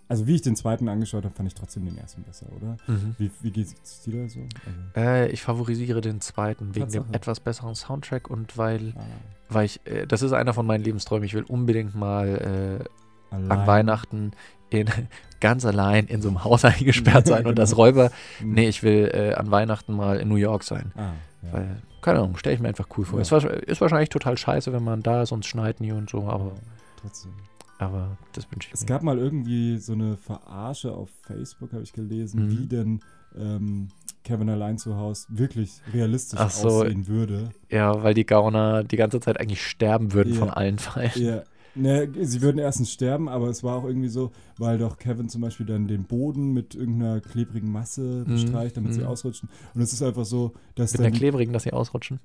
S1: also wie ich den zweiten angeschaut habe, fand ich trotzdem den ersten besser, oder?
S2: Mhm.
S1: Wie, wie geht's dir da so? Also,
S2: Äh, ich favorisiere den zweiten wegen dem
S1: Tatsache.
S2: etwas besseren Soundtrack und weil,
S1: ah,
S2: weil ich, äh, das ist einer von meinen Lebensträumen. Ich will unbedingt mal äh, an
S1: ah, allein.
S2: Weihnachten in, ganz allein in so einem Haus eingesperrt sein und das
S1: Genau.
S2: Räuber.
S1: Hm.
S2: Nee, ich will äh, an Weihnachten mal in New York sein.
S1: Ah, ja.
S2: Weil, keine Ahnung, stelle ich mir einfach cool vor.
S1: Ja.
S2: Ist, wahrsch- ist wahrscheinlich total scheiße, wenn man da ist und es schneit nie und so, aber,
S1: trotzdem.
S2: aber das wünsche ich
S1: Es
S2: mir.
S1: gab mal irgendwie so eine Verarsche auf Facebook, habe ich gelesen,
S2: Mhm.
S1: wie denn ähm, Kevin allein zu Hause wirklich realistisch
S2: Ach so.
S1: aussehen würde.
S2: ja, weil die Gauner die ganze Zeit eigentlich sterben würden
S1: Ja.
S2: von allen Fallen.
S1: Ja. Ne, sie würden erstens sterben, aber es war auch irgendwie so, weil doch Kevin zum Beispiel dann den Boden mit irgendeiner klebrigen Masse bestreicht, damit sie
S2: mhm.
S1: ausrutschen. Und es ist einfach so, dass
S2: Mit der
S1: dann. die-
S2: Klebrigen, dass sie ausrutschen.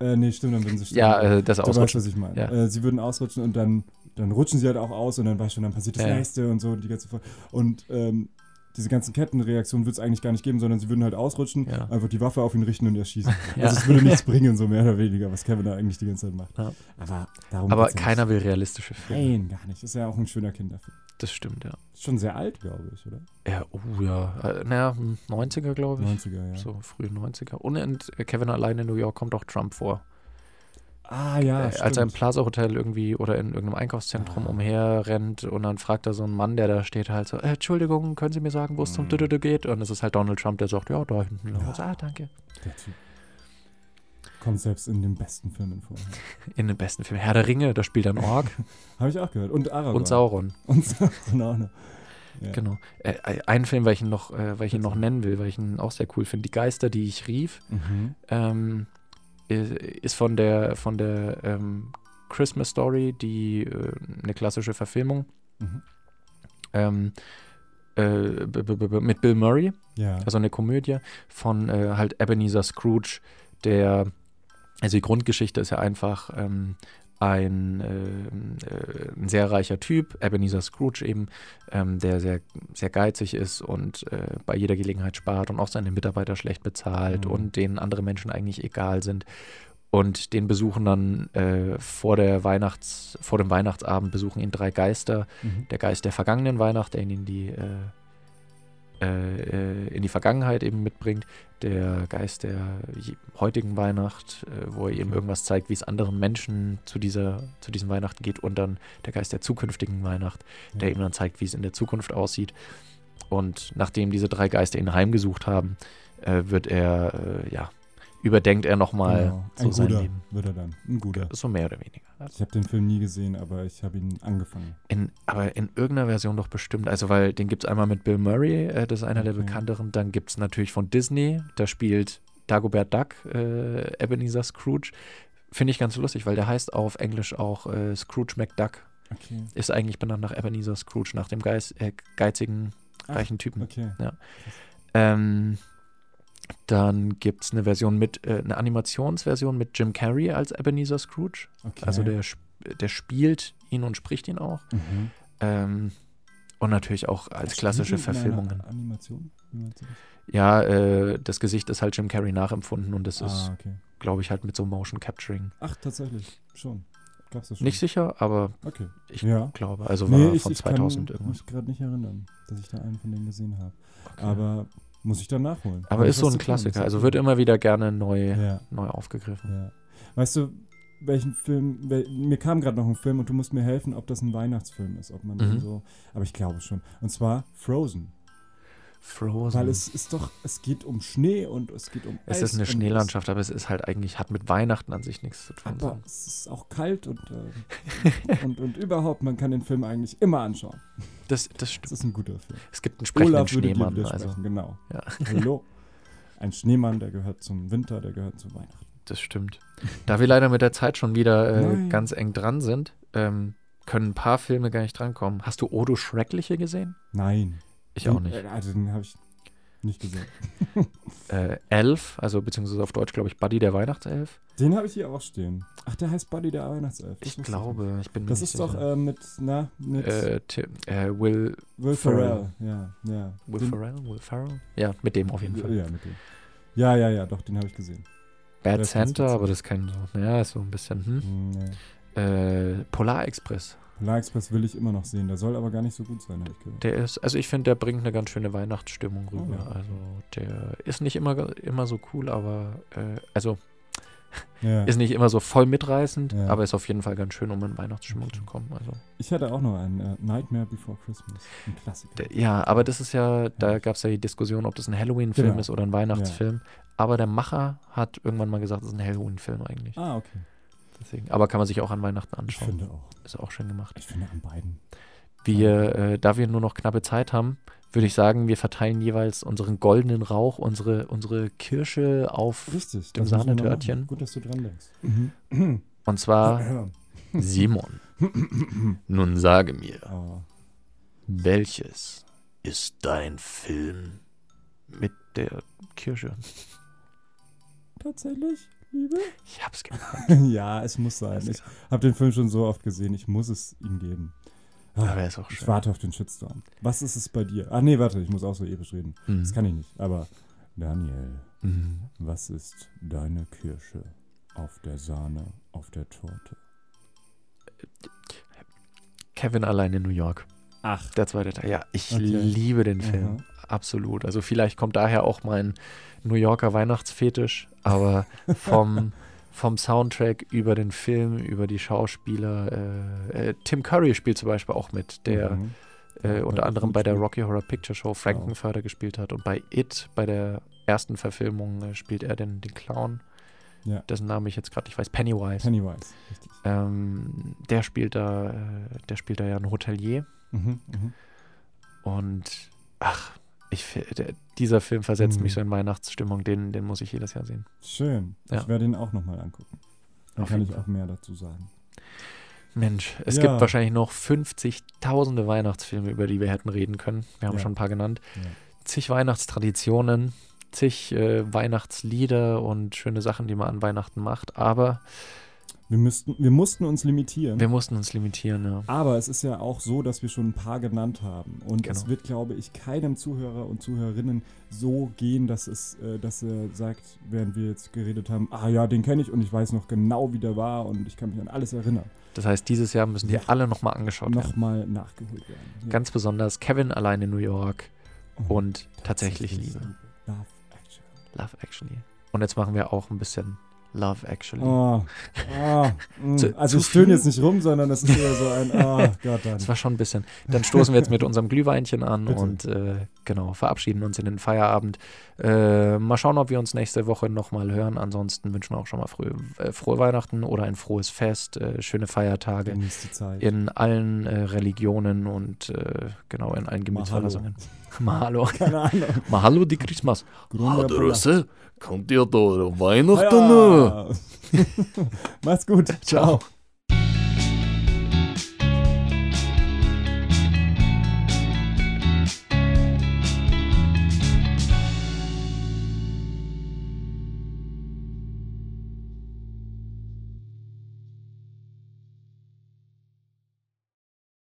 S1: Äh, nee, stimmt, dann würden sie sterben.
S2: Ja, äh, das
S1: Du weißt,
S2: Ausrutschen.
S1: was ich meine.
S2: Ja.
S1: Äh, sie würden ausrutschen und dann, dann rutschen sie halt auch aus und dann weißt du, dann passiert das
S2: Ja.
S1: nächste und so und die ganze Fol- Und ähm, diese ganzen Kettenreaktionen wird es eigentlich gar nicht geben, sondern sie würden halt ausrutschen,
S2: Ja.
S1: einfach die Waffe auf ihn richten und erschießen.
S2: Ja.
S1: Also es würde nichts bringen, so mehr oder weniger, was Kevin da eigentlich die ganze Zeit macht.
S2: Ja.
S1: Aber darum
S2: Aber
S1: geht's ja
S2: keiner will realistische Filme.
S1: Nicht. Um Nein, gar nicht. Ist ja auch ein schöner Kinderfilm.
S2: Das stimmt, ja.
S1: Ist schon sehr alt, glaube ich, oder?
S2: Ja, oh ja. Äh, naja, hm, 90er, glaube ich.
S1: 90er, ja.
S2: So frühe 90er. Und in äh, Kevin allein in New York kommt auch Trump vor.
S1: Ah ja,
S2: äh, als er im
S1: stimmt.
S2: Plaza Hotel irgendwie oder in irgendeinem Einkaufszentrum
S1: Ah.
S2: umherrennt und dann fragt er so einen Mann, der da steht, halt so: äh, Entschuldigung, können Sie mir sagen, wo es zum
S1: Mhm.
S2: Düdüdü geht? Und es ist halt Donald Trump, der sagt: Ja, da hinten. lang."
S1: Ja.
S2: Und so, ah, danke.
S1: Der Typ. Kommt selbst in den besten Filmen vor.
S2: In den besten Filmen. Herr der Ringe, da spielt er einen Ork
S1: Habe ich auch gehört. Und Aragorn.
S2: und Sauron.
S1: Und Sauron auch noch. Oh Ja.
S2: Genau. Äh, äh, einen Film, welchen noch, äh, welchen noch nennen will, welchen auch sehr cool finde: Die Geister, die ich rief,
S1: Mhm.
S2: ähm, i- ist von der, von der ähm, Christmas Story, die äh, eine klassische Verfilmung
S1: Mhm.
S2: ähm, äh, b- b- b- mit Bill Murray.
S1: Ja.
S2: also eine Komödie von äh, halt Ebenezer Scrooge, der, also die Grundgeschichte ist ja einfach, ähm, ein, äh, äh, ein sehr reicher Typ, Ebenezer Scrooge eben, ähm, der sehr, sehr geizig ist und äh, bei jeder Gelegenheit spart und auch seine Mitarbeiter schlecht bezahlt
S1: Mhm.
S2: und denen andere Menschen eigentlich egal sind. Und den besuchen dann äh, vor, der Weihnachts-, vor dem Weihnachtsabend besuchen ihn drei Geister.
S1: Mhm.
S2: Der Geist der vergangenen Weihnacht, der ihn in die, äh, äh, äh, in die Vergangenheit eben mitbringt. Der Geist der je- heutigen Weihnacht, äh, wo er eben irgendwas zeigt, wie es anderen Menschen zu, dieser, zu diesem Weihnachten geht. Und dann der Geist der zukünftigen Weihnacht, der ihm dann zeigt, wie es in der Zukunft aussieht. Und nachdem diese drei Geister ihn heimgesucht haben, äh, wird er, äh, ja, überdenkt er nochmal
S1: Genau.
S2: so
S1: Ein
S2: sein
S1: guter
S2: Leben.
S1: wird er dann. Ein guter.
S2: So mehr oder weniger. Also
S1: Ich habe den Film nie gesehen, aber ich habe ihn angefangen.
S2: in, aber in irgendeiner Version doch bestimmt. Also, weil den gibt es einmal mit Bill Murray, äh, das ist einer der
S1: Okay.
S2: bekannteren. Dann gibt es natürlich von Disney, da spielt Dagobert Duck äh, Ebenezer Scrooge. Finde ich ganz lustig, weil der heißt auf Englisch auch äh, Scrooge McDuck.
S1: Okay.
S2: Ist eigentlich benannt nach Ebenezer Scrooge, nach dem Geist, äh, geizigen,
S1: Ach,
S2: reichen Typen.
S1: Okay.
S2: Ähm, dann gibt es eine Version mit, äh, eine Animationsversion mit Jim Carrey als Ebenezer Scrooge.
S1: okay.
S2: Also der, sp- der spielt ihn und spricht ihn auch.
S1: Mhm.
S2: Ähm, und natürlich auch als
S1: Spielt
S2: klassische genau.
S1: in einer
S2: Verfilmungen.
S1: Animation? Wie meinst du das?
S2: Ja, äh, das Gesicht ist halt Jim Carrey nachempfunden und das ist,
S1: ah, okay.
S2: glaube ich, halt mit so Motion Capturing.
S1: Ach, tatsächlich. Schon. Gab's das schon?
S2: Nicht sicher, aber
S1: Okay.
S2: ich
S1: ja.
S2: glaube, also war
S1: Nee, ich,
S2: von
S1: ich
S2: 2000
S1: kann
S2: irgendwas.
S1: mich gerade nicht erinnern, dass ich da einen von denen gesehen habe.
S2: Okay.
S1: Aber muss ich dann nachholen. Hab
S2: aber
S1: ich
S2: ist so
S1: was zu
S2: ein
S1: tun,
S2: Klassiker,
S1: ist
S2: also
S1: okay.
S2: wird immer wieder gerne neu,
S1: Ja,
S2: neu aufgegriffen.
S1: ja. Weißt du, welchen Film, wel, mir kam gerade noch ein Film und du musst mir helfen, ob das ein Weihnachtsfilm ist, ob man
S2: Mhm.
S1: den so, aber ich glaube schon. Und zwar Frozen.
S2: Frozen.
S1: Weil es ist doch, es geht um Schnee und es geht um
S2: es
S1: Eis
S2: ist eine
S1: und
S2: Schneelandschaft, aber es ist halt eigentlich, hat mit Weihnachten an sich nichts zu
S1: es-
S2: tun.
S1: Aber
S2: sondern-
S1: es ist auch kalt und, äh, und, und überhaupt, man kann den Film eigentlich immer anschauen.
S2: Das, das stimmt.
S1: Es ist ein guter Film.
S2: Es gibt einen sprechenden
S1: Olaf würde dir
S2: Schneemann.
S1: widersprechen,
S2: Also,
S1: genau.
S2: Ja.
S1: Hallo. Ein Schneemann, der gehört zum Winter, der gehört zu Weihnachten.
S2: das stimmt. Da wir leider mit der Zeit schon wieder äh,
S1: Nein.
S2: ganz eng dran sind, ähm, können ein paar Filme gar nicht drankommen. Hast du Odo Schreckliche gesehen?
S1: Nein.
S2: Ich auch
S1: Den-
S2: nicht.
S1: äh, Also den habe ich nicht gesehen.
S2: Äh, Elf, also beziehungsweise auf Deutsch glaube ich Buddy der Weihnachtself.
S1: Den habe ich hier auch stehen. Ach, der heißt Buddy der Weihnachtself. Das
S2: Ich
S1: wusste
S2: glaube, ich bin
S1: nicht.
S2: mir
S1: Das
S2: nicht
S1: ist doch
S2: sicher.
S1: äh, mit, na, mit
S2: äh, Tim, äh, Will,
S1: Will
S2: Ferrell.
S1: Ferrell. Ja, ja.
S2: Will
S1: Den-
S2: Ferrell, Will Ferrell? Ja, mit dem auf jeden Fall.
S1: Ja, mit dem. Ja, ja, ja, doch, den habe ich gesehen.
S2: Bad
S1: das ist ganz
S2: Santa,
S1: witzig.
S2: aber das kann so, ja, ist so ein bisschen, hm.
S1: Hm, nee.
S2: Äh, Polar Express,
S1: Polar Express will ich immer noch sehen. Der soll aber gar nicht so gut sein, habe ich gehört.
S2: der ist, also ich finde, der bringt eine ganz schöne Weihnachtsstimmung
S1: Oh,
S2: rüber.
S1: ja.
S2: Also der ist nicht immer, immer so cool, aber, äh, also
S1: Ja.
S2: ist nicht immer so voll mitreißend,
S1: Ja.
S2: aber ist auf jeden Fall ganz schön, um in Weihnachtsstimmung
S1: Okay.
S2: zu kommen. Also.
S1: Ich hatte auch noch einen äh, Nightmare Before Christmas. Ein Klassiker.
S2: Der, ja, aber das ist ja, da gab es ja die Diskussion, ob das ein Halloween-Film
S1: Genau.
S2: ist oder ein Weihnachtsfilm. Aber der Macher hat irgendwann mal gesagt, es ist ein Halloween-Film eigentlich.
S1: ah, okay.
S2: Deswegen. Aber kann man sich auch an Weihnachten
S1: Ich
S2: anschauen.
S1: finde auch.
S2: Ist auch schön gemacht.
S1: Ich finde an beiden.
S2: Wir, äh, da wir nur noch knappe Zeit haben, würde ich sagen, wir verteilen jeweils unseren goldenen Rauch, unsere, unsere Kirsche auf.
S1: Richtig. Also,
S2: Dem Mhm.
S1: das müssen wir noch
S2: Sahnetörtchen.
S1: machen. Gut, dass du dran denkst.
S2: Und zwar, Äh, Simon, nun sage mir,
S1: Aber
S2: Welches ist dein Film mit der Kirsche?
S1: tatsächlich, Liebe?
S2: Ich hab's gemacht.
S1: ja, es muss sein.
S2: Also,
S1: Ich habe den Film schon so oft gesehen. Ich muss es ihm geben.
S2: aber er ist auch
S1: Ich
S2: schön.
S1: warte auf den Shitstorm. Was ist es bei dir? Ah, nee, warte, ich muss auch so episch reden. Das
S2: Mhm.
S1: kann ich nicht. Aber Daniel,
S2: Mhm.
S1: was ist deine Kirsche auf der Sahne, auf der Torte?
S2: Kevin allein in New York.
S1: Ach.
S2: Der zweite Teil. Ja, ich
S1: Okay.
S2: liebe den Film.
S1: Mhm.
S2: Absolut. Also vielleicht kommt daher auch mein New Yorker Weihnachtsfetisch, aber vom, vom Soundtrack über den Film, über die Schauspieler. Äh, äh, Tim Curry spielt zum Beispiel auch mit, der
S1: Mhm.
S2: äh,
S1: Ja,
S2: unter
S1: hat
S2: anderem
S1: gut
S2: bei der
S1: gespielt.
S2: Rocky Horror Picture
S1: Genau.
S2: Show Frankenförder gespielt hat und bei It, bei der ersten Verfilmung, äh, spielt er den, den Clown,
S1: Ja.
S2: dessen Name ich jetzt gerade nicht weiß, Pennywise.
S1: Pennywise. Richtig.
S2: ähm, der spielt da, äh, der spielt da ja einen Hotelier
S1: Mhm, mhm.
S2: und ach, ich, fi- der, dieser Film versetzt
S1: Mhm.
S2: mich so in Weihnachtsstimmung, den, den muss ich jedes Jahr sehen.
S1: Schön.
S2: Ja.
S1: Ich werde ihn auch nochmal angucken. Dann
S2: Auf
S1: kann
S2: jeden
S1: ich
S2: Fall.
S1: auch mehr dazu sagen.
S2: Mensch, es
S1: Ja.
S2: gibt wahrscheinlich noch 50.000 Weihnachtsfilme, über die wir hätten reden können. Wir haben
S1: Ja.
S2: schon ein paar genannt.
S1: Ja.
S2: Zig Weihnachtstraditionen, zig äh, Weihnachtslieder und schöne Sachen, die man an Weihnachten macht. Aber
S1: Wir, müssten, wir mussten uns limitieren.
S2: Wir mussten uns limitieren, ja.
S1: Aber es ist ja auch so, dass wir schon ein paar genannt haben. Und es
S2: Genau.
S1: wird, glaube ich, keinem Zuhörer und Zuhörerinnen so gehen, dass, es, äh, dass er sagt, während wir jetzt geredet haben, ah ja, den kenne ich und ich weiß noch genau, wie der war und ich kann mich an alles erinnern.
S2: Das heißt, dieses Jahr müssen die alle nochmal angeschaut werden.
S1: Nochmal nachgeholt werden. Ja.
S2: Ganz besonders Kevin allein in New York
S1: Oh,
S2: und tatsächlich Liebe.
S1: Love, actually.
S2: Love Actually. Und jetzt machen wir auch ein bisschen Love Actually.
S1: Oh, oh, mm.
S2: Zu-
S1: also
S2: zu
S1: ich stöhne
S2: viel?
S1: jetzt nicht rum, sondern das ist eher so ein, oh Gott, dann.
S2: Das war schon ein bisschen. Dann stoßen wir jetzt mit unserem Glühweinchen an
S1: Bitte.
S2: und äh, genau, verabschieden uns in den Feierabend. Äh, mal schauen, ob wir uns nächste Woche nochmal hören. Ansonsten wünschen wir auch schon mal früh, äh, frohe Weihnachten oder ein frohes Fest, äh, schöne Feiertage
S1: Genießt die Zeit.
S2: in allen äh, Religionen und äh, genau in allen Gemütsverlassungen. Mahalo.
S1: Keine Ahnung.
S2: Mahalo di Christmas.
S1: Gründer-
S3: Adresse, kommt ihr da Weihnachten?
S1: Ja. Macht's gut. Ciao.